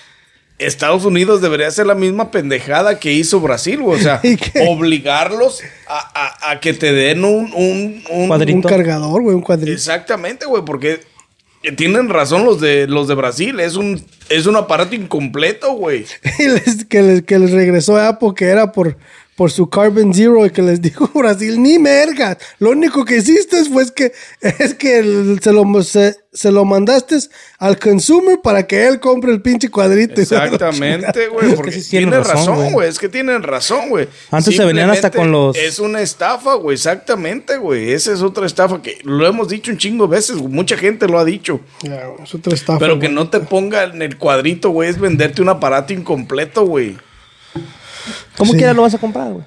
[SPEAKER 1] Estados Unidos debería hacer la misma pendejada que hizo Brasil, güey. O sea,
[SPEAKER 2] [LAUGHS]
[SPEAKER 3] ¿Y qué?
[SPEAKER 1] obligarlos a, a- a que te den un... un, un-
[SPEAKER 2] Cuadrito.
[SPEAKER 3] Un cargador, güey, un [LAUGHS] cuadrito.
[SPEAKER 1] Exactamente, güey, porque tienen razón los de, los de Brasil. Es un,
[SPEAKER 2] [LAUGHS]
[SPEAKER 1] es un aparato incompleto, güey.
[SPEAKER 3] Y les- que, les, que les regresó a Apple, que era por, por su Carbon Zero y que les [LAUGHS] dijo Brasil, ni mergas. Lo único que hiciste fue es que, [LAUGHS] es que el- se, lo, se, se lo mandaste al consumer para que él compre el pinche cuadrito. y se lo-
[SPEAKER 1] Exactamente, güey. Porque
[SPEAKER 2] sí tienen
[SPEAKER 1] tienen
[SPEAKER 2] razón,
[SPEAKER 1] razón,
[SPEAKER 2] güey.
[SPEAKER 1] güey. Es que tienen razón, güey.
[SPEAKER 2] Antes se venían hasta
[SPEAKER 1] Simplemente
[SPEAKER 2] con los-
[SPEAKER 1] Es una estafa, güey. Exactamente, güey. Esa es otra estafa que lo hemos dicho un chingo de veces. güey. Mucha gente lo ha dicho.
[SPEAKER 3] Ya, güey, es otra estafa,
[SPEAKER 1] Pero que
[SPEAKER 3] güey.
[SPEAKER 1] no
[SPEAKER 3] [LAUGHS]
[SPEAKER 1] te ponga en el cuadrito, güey. Es venderte un aparato incompleto, güey.
[SPEAKER 2] ¿Cómo
[SPEAKER 3] Sí.
[SPEAKER 2] quiera lo vas a comprar, güey?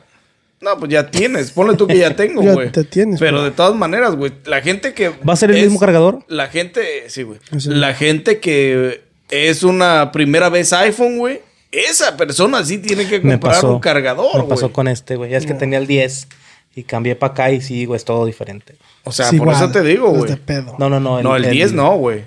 [SPEAKER 1] No, pues ya tienes. Ponle tú que ya tengo,
[SPEAKER 3] [LAUGHS] Ya
[SPEAKER 1] güey.
[SPEAKER 3] te tienes, pues.
[SPEAKER 1] Pero
[SPEAKER 3] pero-
[SPEAKER 1] de todas maneras, güey. La gente que.
[SPEAKER 2] ¿Va a ser el mismo cargador?
[SPEAKER 1] La gente. Sí, güey.
[SPEAKER 3] Sí.
[SPEAKER 1] La gente que es una primera vez iPhone, güey. Esa persona sí tiene que
[SPEAKER 2] Me
[SPEAKER 1] comprar
[SPEAKER 2] pasó.
[SPEAKER 1] un cargador,
[SPEAKER 2] Me
[SPEAKER 1] güey.
[SPEAKER 2] pasó con este, güey. Ya es que tenía el 10 y cambié para acá y sí, güey, es todo diferente.
[SPEAKER 1] O sea,
[SPEAKER 3] Es
[SPEAKER 1] por
[SPEAKER 3] igual,
[SPEAKER 1] eso te digo,
[SPEAKER 3] es
[SPEAKER 1] güey.
[SPEAKER 3] de pedo.
[SPEAKER 2] No, no, no.
[SPEAKER 1] no, el 10 no, güey.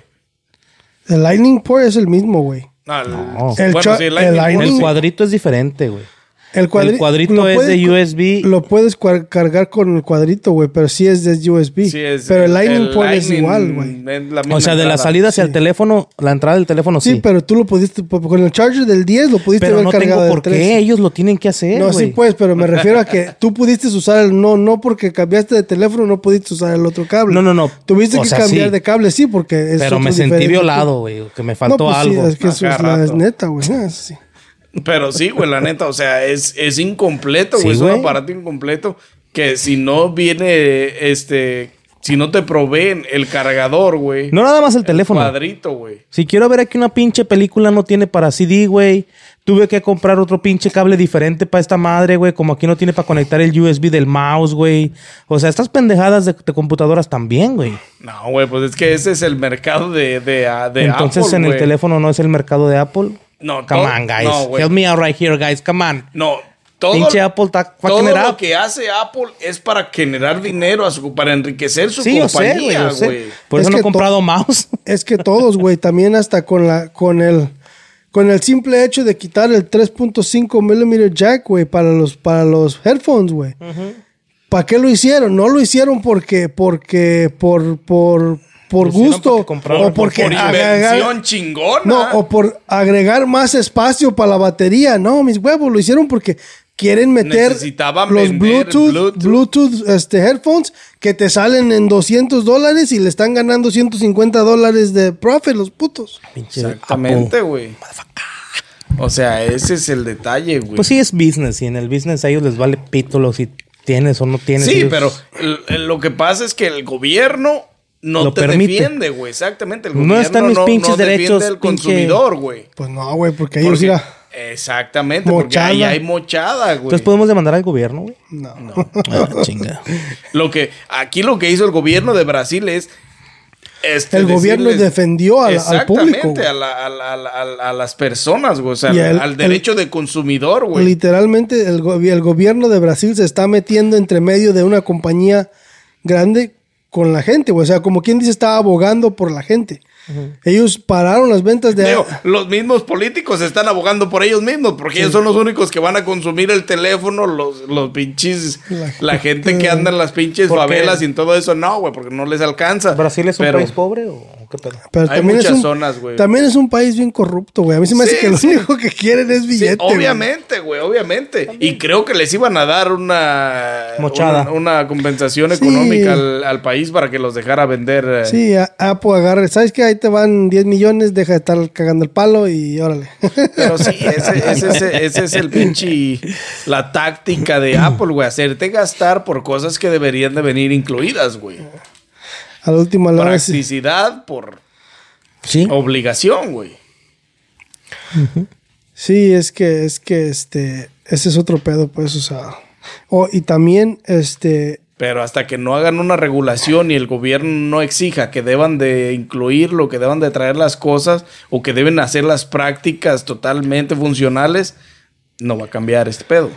[SPEAKER 3] El Lightning Port es el mismo, güey.
[SPEAKER 1] No, el,
[SPEAKER 2] No.
[SPEAKER 3] El
[SPEAKER 1] bueno,
[SPEAKER 3] cho-
[SPEAKER 1] sí,
[SPEAKER 3] el
[SPEAKER 1] Lightning
[SPEAKER 3] Lightning-
[SPEAKER 1] Bolt,
[SPEAKER 2] El
[SPEAKER 1] sí.
[SPEAKER 2] cuadrito es diferente, güey.
[SPEAKER 3] El, cuadri-
[SPEAKER 2] El cuadrito
[SPEAKER 3] lo
[SPEAKER 2] es
[SPEAKER 3] puedes
[SPEAKER 2] de
[SPEAKER 3] cu-
[SPEAKER 2] USB.
[SPEAKER 3] Lo puedes cuar- cargar con el cuadrito, güey, pero sí es de USB.
[SPEAKER 1] Sí, es-
[SPEAKER 3] pero el Lightning
[SPEAKER 1] el
[SPEAKER 3] Port es
[SPEAKER 1] Lightning
[SPEAKER 3] igual, güey.
[SPEAKER 1] es la misma
[SPEAKER 2] O sea, de la
[SPEAKER 1] entrada.
[SPEAKER 2] salida hacia el teléfono, la entrada del teléfono
[SPEAKER 3] Sí,
[SPEAKER 2] sí.
[SPEAKER 3] pero tú lo pudiste, po- con el charger del 10 lo pudiste
[SPEAKER 2] Pero
[SPEAKER 3] haber
[SPEAKER 2] no
[SPEAKER 3] cargado
[SPEAKER 2] tengo
[SPEAKER 3] del
[SPEAKER 2] por qué.
[SPEAKER 3] 13.
[SPEAKER 2] Ellos lo tienen que hacer,
[SPEAKER 3] No,
[SPEAKER 2] güey.
[SPEAKER 3] sí, pues, pero me refiero a que tú pudiste usar el no, no porque cambiaste de teléfono, no pudiste usar el otro cable.
[SPEAKER 2] No, no, no.
[SPEAKER 3] Tuviste
[SPEAKER 2] O
[SPEAKER 3] que
[SPEAKER 2] sea,
[SPEAKER 3] cambiar
[SPEAKER 2] sí.
[SPEAKER 3] de cable, sí, porque es
[SPEAKER 2] Pero
[SPEAKER 3] otro
[SPEAKER 2] me sentí
[SPEAKER 3] diferente.
[SPEAKER 2] violado, güey. o Que me faltó
[SPEAKER 3] no, pues
[SPEAKER 2] algo.
[SPEAKER 3] Sí, es que eso
[SPEAKER 1] Acá
[SPEAKER 3] es, la,
[SPEAKER 1] rato.
[SPEAKER 3] es neta, güey. Ah, sí.
[SPEAKER 1] Pero sí, güey, la neta, o sea, es, es incompleto,
[SPEAKER 2] Sí,
[SPEAKER 1] güey. es
[SPEAKER 2] güey.
[SPEAKER 1] un aparato incompleto que si no viene, este, si no te proveen el cargador, güey.
[SPEAKER 2] No nada más el
[SPEAKER 1] el
[SPEAKER 2] teléfono.
[SPEAKER 1] cuadrito, güey.
[SPEAKER 2] Si quiero ver aquí una pinche película, no tiene para CD, güey. Tuve que comprar otro pinche cable diferente para esta madre, güey. Como aquí no tiene para conectar el USB del mouse, güey. O sea, estas pendejadas de, de computadoras también, güey.
[SPEAKER 1] No, güey, pues es que ese es el mercado de, de, ah, de
[SPEAKER 2] Entonces
[SPEAKER 1] Apple,
[SPEAKER 2] en el
[SPEAKER 1] güey.
[SPEAKER 2] teléfono no es el mercado de Apple.
[SPEAKER 1] No,
[SPEAKER 2] Come
[SPEAKER 1] todo-
[SPEAKER 2] on, guys.
[SPEAKER 1] no, güey.
[SPEAKER 2] Help me out right here, guys. Come on.
[SPEAKER 1] No, todo,
[SPEAKER 2] Pinche Apple está
[SPEAKER 1] todo
[SPEAKER 2] fucking it
[SPEAKER 1] lo
[SPEAKER 2] up.
[SPEAKER 1] que hace Apple es para generar dinero, a su- para enriquecer su
[SPEAKER 2] Sí, yo sé, güey.
[SPEAKER 1] compañía,
[SPEAKER 2] yo sé.
[SPEAKER 1] güey.
[SPEAKER 2] Por
[SPEAKER 3] Es
[SPEAKER 2] eso no he
[SPEAKER 3] que to-
[SPEAKER 2] comprado mouse. [LAUGHS]
[SPEAKER 3] Es que todos, güey, también hasta con la, con el, con el simple hecho de quitar el 3.5 milímetro jack, güey, para los, para los headphones, güey. ¿Para qué lo hicieron? No lo hicieron porque, porque, por, por, por
[SPEAKER 2] Lo hicieron
[SPEAKER 3] gusto
[SPEAKER 2] porque compraron,
[SPEAKER 3] o porque
[SPEAKER 1] Por
[SPEAKER 3] agregar-
[SPEAKER 1] invención chingona.
[SPEAKER 3] no, o por agregar más espacio para la batería. No, mis huevos, lo hicieron porque quieren meter
[SPEAKER 1] Necesitaban
[SPEAKER 3] los
[SPEAKER 1] vender
[SPEAKER 3] Bluetooth,
[SPEAKER 1] Bluetooth.
[SPEAKER 3] Bluetooth. este, headphones que te salen en 200 dólares y le están ganando 150 dólares de profit los putos.
[SPEAKER 2] Pinche
[SPEAKER 1] Exactamente,
[SPEAKER 2] Apple.
[SPEAKER 1] güey. O sea, ese es el detalle, güey.
[SPEAKER 2] Pues sí, es business. Y en el business a ellos les vale pito lo si tienes o no tienes.
[SPEAKER 1] Sí,
[SPEAKER 2] Ellos-
[SPEAKER 1] pero l- l- lo que pasa es que el gobierno no
[SPEAKER 2] Lo
[SPEAKER 1] te
[SPEAKER 2] permite.
[SPEAKER 1] defiende, güey. Exactamente. El
[SPEAKER 2] No
[SPEAKER 1] gobierno
[SPEAKER 2] están mis pinches
[SPEAKER 1] defiende
[SPEAKER 2] derechos,
[SPEAKER 1] al
[SPEAKER 2] pinche-
[SPEAKER 1] consumidor, güey.
[SPEAKER 3] Pues no, güey, porque ellos
[SPEAKER 1] Porque-
[SPEAKER 3] mira,
[SPEAKER 1] Exactamente, porque
[SPEAKER 3] Mochada.
[SPEAKER 1] ahí hay mochada, güey.
[SPEAKER 2] Entonces pues- podemos demandar al gobierno, güey.
[SPEAKER 3] no.
[SPEAKER 2] Ah, chinga.
[SPEAKER 1] Lo que aquí lo que hizo el gobierno de Brasil es este,
[SPEAKER 3] El gobierno defendió al- al
[SPEAKER 1] exactamente,
[SPEAKER 3] público,
[SPEAKER 1] a, la- a la- a la- a la- a las personas, güey, o sea,
[SPEAKER 3] Y el-
[SPEAKER 1] al derecho de consumidor, güey.
[SPEAKER 3] Literalmente el, go- el gobierno de Brasil se está metiendo entre medio de una compañía grande con la gente, güey. O sea, como quien dice, está abogando por la gente. Ellos pararon las ventas de...
[SPEAKER 1] Digo, los mismos políticos están abogando por ellos mismos, porque ellos son los únicos que van a consumir el teléfono, los, los pinches,
[SPEAKER 3] La
[SPEAKER 1] la, gente que anda en las pinches
[SPEAKER 2] Porque-
[SPEAKER 1] favelas y en todo eso, no, güey, porque no les alcanza.
[SPEAKER 2] ¿Brasil es un
[SPEAKER 1] Pero-
[SPEAKER 2] país pobre o qué pedo?
[SPEAKER 3] Pero
[SPEAKER 1] Hay
[SPEAKER 3] también
[SPEAKER 1] muchas
[SPEAKER 3] es un,
[SPEAKER 1] zonas, güey.
[SPEAKER 3] También es un país bien corrupto, güey. A mí se me
[SPEAKER 1] Sí,
[SPEAKER 3] hace que
[SPEAKER 1] sí.
[SPEAKER 3] lo único que quieren es
[SPEAKER 1] Sí,
[SPEAKER 3] billete. güey.
[SPEAKER 1] obviamente, güey, obviamente. Y creo que les iban a dar una
[SPEAKER 2] Mochada.
[SPEAKER 1] una, una compensación
[SPEAKER 3] Sí.
[SPEAKER 1] económica al, al país para que los dejara vender. eh.
[SPEAKER 3] Sí, a- Apple agarre. ¿Sabes qué? Ahí te van 10 millones, deja de estar cagando el palo y órale.
[SPEAKER 1] Pero sí,
[SPEAKER 3] [LAUGHS]
[SPEAKER 1] ese, ese- ese- ese es el pinche la táctica
[SPEAKER 2] [CLEARS THROAT]
[SPEAKER 1] de Apple, güey, hacerte gastar por cosas que deberían de venir incluidas, güey.
[SPEAKER 3] Al último la hora sí.
[SPEAKER 1] Practicidad por
[SPEAKER 2] Sí.
[SPEAKER 1] Oh, obligación, güey.
[SPEAKER 3] Sí, es que, es que este, ese es otro pedo, pues, o sea. Oh, y también, este,
[SPEAKER 1] Pero hasta que no hagan una regulación y el gobierno no exija que deban de incluirlo, que deban de traer las cosas o que deben hacer las prácticas totalmente funcionales, no va a cambiar este pedo.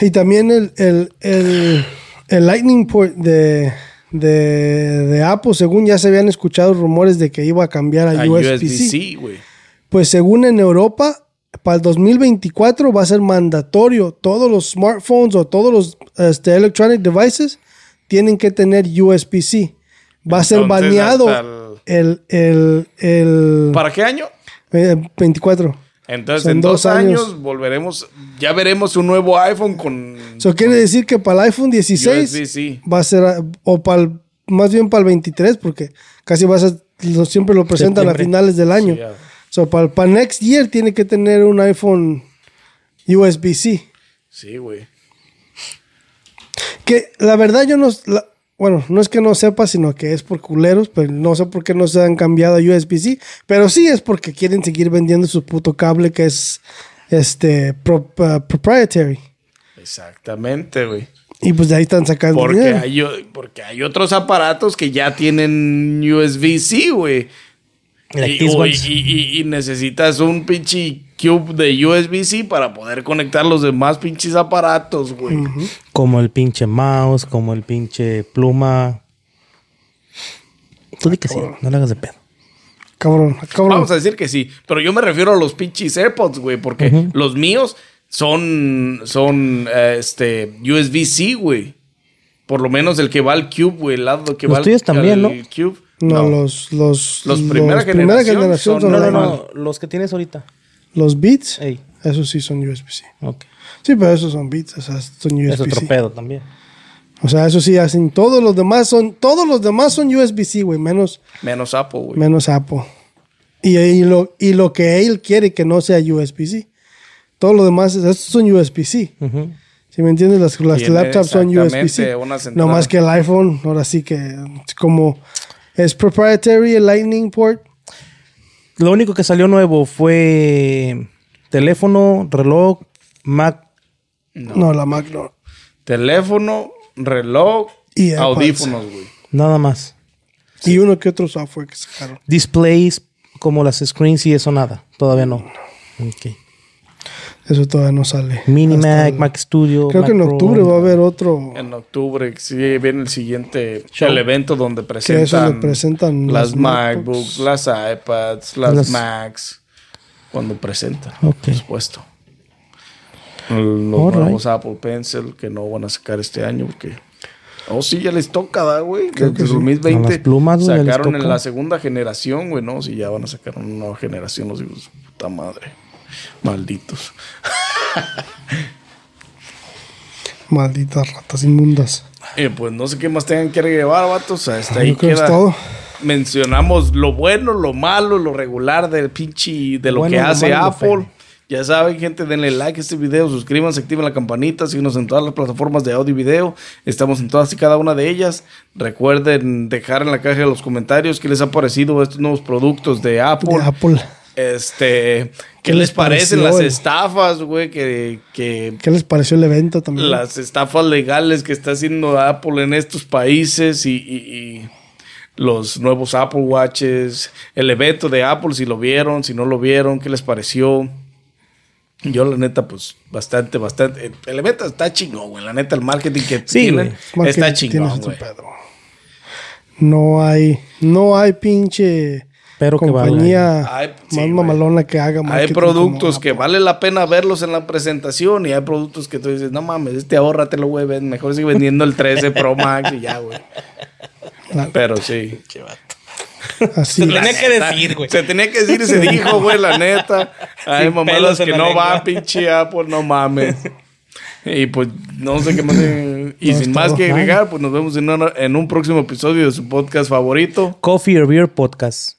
[SPEAKER 3] y también el, el, el, el Lightning Port de, de, de Apple, según ya se habían escuchado rumores de que iba a cambiar a,
[SPEAKER 1] A
[SPEAKER 3] USB-C.
[SPEAKER 1] USB-C, güey.
[SPEAKER 3] Pues según en Europa, para el 2024 va a ser mandatorio. Todos los smartphones o todos los este, electronic devices tienen que tener USB-C. Va a ser
[SPEAKER 1] Entonces,
[SPEAKER 3] baneado
[SPEAKER 1] hasta
[SPEAKER 3] el, el, el,
[SPEAKER 1] ¿Para qué año?
[SPEAKER 3] eh, 24.
[SPEAKER 1] Entonces,
[SPEAKER 3] Son
[SPEAKER 1] en dos,
[SPEAKER 3] dos
[SPEAKER 1] años,
[SPEAKER 3] años.
[SPEAKER 1] volveremos, ya veremos un nuevo iPhone con...
[SPEAKER 3] Eso quiere decir que para el iPhone 16
[SPEAKER 1] USB-C.
[SPEAKER 3] va a ser, a- o para el- más bien para el 23, porque casi vas a, lo- siempre lo presentan
[SPEAKER 2] Septiembre.
[SPEAKER 3] a finales del año.
[SPEAKER 1] Sí, ya.
[SPEAKER 3] So, para, para next year tiene que tener un iPhone USB-C.
[SPEAKER 1] Sí, güey.
[SPEAKER 3] Que la verdad yo no... la- bueno, no es que no sepa, sino que es por culeros, pero no sé por qué no se han cambiado a USB-C. Pero sí es porque quieren seguir vendiendo su puto cable que es este pro- uh, proprietary.
[SPEAKER 1] Exactamente, güey.
[SPEAKER 3] Y pues de ahí están sacando
[SPEAKER 1] Porque
[SPEAKER 3] dinero.
[SPEAKER 1] hay, o- porque hay otros aparatos que ya tienen USB-C, güey.
[SPEAKER 2] La
[SPEAKER 1] Y, o-
[SPEAKER 2] Xbox.
[SPEAKER 1] y- y- y- y necesitas un pinche cube de USB-C para poder conectar los demás pinches aparatos, güey.
[SPEAKER 2] Como el pinche mouse, como el pinche pluma. Tú di que sí, no le hagas de pedo.
[SPEAKER 3] Cabrón, cabrón.
[SPEAKER 1] Vamos a decir que sí, pero yo me refiero a los pinches AirPods, güey, porque los míos son, son eh, este, USB-C, güey. Por lo menos el que va al Cube, güey, el lado que
[SPEAKER 2] Los
[SPEAKER 1] va al-
[SPEAKER 2] tuyos también,
[SPEAKER 1] al
[SPEAKER 2] ¿no?
[SPEAKER 1] Cube.
[SPEAKER 3] No, los, los,
[SPEAKER 1] Los primera generación son-
[SPEAKER 3] son
[SPEAKER 1] No, no,
[SPEAKER 2] No, no,
[SPEAKER 3] normal.
[SPEAKER 2] no, los que tienes ahorita.
[SPEAKER 3] Los Beats,
[SPEAKER 2] Ey.
[SPEAKER 3] esos sí son USB-C.
[SPEAKER 2] Ok.
[SPEAKER 3] Sí, pero esos son Beats, o sea, son
[SPEAKER 2] Es otro
[SPEAKER 3] USB-C.
[SPEAKER 2] pedo también.
[SPEAKER 3] O sea, eso sí hacen. Todos los demás son, todos los demás son USB-C, güey, menos,
[SPEAKER 1] Menos Apple,
[SPEAKER 2] Pues,
[SPEAKER 1] güey.
[SPEAKER 3] menos Apple. Y, y lo, y lo que él quiere que no sea USB-C. Todos los demás, estos son USB-C.
[SPEAKER 2] Ujú.
[SPEAKER 3] Si me entiendes, las, las
[SPEAKER 1] Tiene
[SPEAKER 3] laptops son
[SPEAKER 1] exactamente
[SPEAKER 3] USB-C.
[SPEAKER 1] una central.
[SPEAKER 3] No más que el iPhone, ahora sí que es como es proprietary el Lightning port.
[SPEAKER 2] Lo único que salió nuevo fue teléfono, reloj, Mac.
[SPEAKER 3] No, la Mac no.
[SPEAKER 1] Teléfono, reloj
[SPEAKER 3] Y AirPods.
[SPEAKER 1] audífonos, güey.
[SPEAKER 2] Nada más.
[SPEAKER 3] Y uno que otro software que sacaron.
[SPEAKER 2] Displays como las screens y eso nada. Todavía no. Ok.
[SPEAKER 3] Eso todavía no sale.
[SPEAKER 2] Mini
[SPEAKER 3] Hasta
[SPEAKER 2] Mac,
[SPEAKER 3] el-
[SPEAKER 2] Mac Studio.
[SPEAKER 3] Creo que en
[SPEAKER 2] Mac Pro.
[SPEAKER 3] octubre va a haber otro.
[SPEAKER 1] En octubre sí, viene el siguiente el evento donde
[SPEAKER 3] Que eso
[SPEAKER 1] presentan,
[SPEAKER 3] le presentan
[SPEAKER 1] las,
[SPEAKER 3] las
[SPEAKER 1] MacBooks,
[SPEAKER 3] MacBooks.
[SPEAKER 1] las iPads, las,
[SPEAKER 2] Las-
[SPEAKER 1] Macs. Cuando presentan,
[SPEAKER 2] Ok.
[SPEAKER 1] por supuesto. Los
[SPEAKER 2] Alright.
[SPEAKER 1] nuevos Apple Pencil que no van a sacar este año porque. Oh, sí, ya les toca, ¿da, güey. Desde 2020
[SPEAKER 2] A las plumas, güey, ya les
[SPEAKER 1] sacaron en
[SPEAKER 2] toca.
[SPEAKER 1] la segunda generación, güey, ¿no? Sí, ya van a sacar una nueva generación, los hijos. de Puta madre. Malditos.
[SPEAKER 3] Malditas ratas inmundas.
[SPEAKER 1] Eh, pues no sé qué más tengan que agregar, vatos. Hasta
[SPEAKER 3] Ah, Yo
[SPEAKER 1] ahí
[SPEAKER 3] creo que es
[SPEAKER 1] queda.
[SPEAKER 3] todo.
[SPEAKER 1] Mencionamos lo bueno, lo malo, lo regular del pinche de lo
[SPEAKER 2] Bueno,
[SPEAKER 1] que
[SPEAKER 2] lo
[SPEAKER 1] hace
[SPEAKER 2] malo y lo
[SPEAKER 1] Apple.
[SPEAKER 2] feo.
[SPEAKER 1] Ya saben, gente, denle like a este video, suscríbanse, activen la campanita, síguenos en todas las plataformas de audio y video. Estamos en todas y cada una de ellas. Recuerden dejar en la caja de los comentarios qué les ha parecido estos nuevos productos de Apple.
[SPEAKER 3] De Apple.
[SPEAKER 1] Este, ¿qué,
[SPEAKER 3] ¿Qué
[SPEAKER 1] les
[SPEAKER 3] les
[SPEAKER 1] parecen
[SPEAKER 3] pareció?
[SPEAKER 1] las estafas, güey? Que, que
[SPEAKER 3] ¿Qué les pareció el evento también?
[SPEAKER 1] las estafas legales que está haciendo Apple en estos países y, y- y los nuevos Apple Watches, el evento de Apple, si lo vieron, si no lo vieron, qué les pareció. Yo, la neta, pues bastante, bastante. El evento está chingón, güey. La neta, el marketing que
[SPEAKER 2] Sí,
[SPEAKER 1] tienen
[SPEAKER 3] Más
[SPEAKER 1] está
[SPEAKER 3] que tienes
[SPEAKER 1] chingón,
[SPEAKER 3] tu
[SPEAKER 1] güey.
[SPEAKER 3] pedo. No hay, no hay pinche
[SPEAKER 2] Pero que valga. ¿eh?
[SPEAKER 3] compañía
[SPEAKER 1] Hay- sí,
[SPEAKER 3] más
[SPEAKER 1] güey.
[SPEAKER 3] mamalona que haga
[SPEAKER 1] Hay
[SPEAKER 3] marketing
[SPEAKER 1] productos
[SPEAKER 3] como
[SPEAKER 1] que
[SPEAKER 3] Apple.
[SPEAKER 1] vale la pena verlos en la presentación y hay productos que tú dices, no mames, este ahórratelo, güey. ven, Mejor sigue vendiendo el 13 Pro Max y ya, güey.
[SPEAKER 3] La-
[SPEAKER 1] Pero sí.
[SPEAKER 3] Así.
[SPEAKER 2] La neta. Tenía que
[SPEAKER 1] neta,
[SPEAKER 2] decir, güey.
[SPEAKER 1] Se tenía que decir y se
[SPEAKER 2] [LAUGHS]
[SPEAKER 1] dijo, güey, la neta. Hay
[SPEAKER 2] Sin
[SPEAKER 1] mamadas
[SPEAKER 2] pelos en
[SPEAKER 1] que
[SPEAKER 2] la
[SPEAKER 1] no
[SPEAKER 2] lengua.
[SPEAKER 1] van, pinche Apple, no mames. Y pues no sé qué más. eh, Y
[SPEAKER 3] No,
[SPEAKER 1] sin
[SPEAKER 3] está
[SPEAKER 1] más que
[SPEAKER 3] bajando.
[SPEAKER 1] agregar, pues nos vemos en, una- en un próximo episodio de su podcast favorito.
[SPEAKER 2] Coffee or Beer Podcast.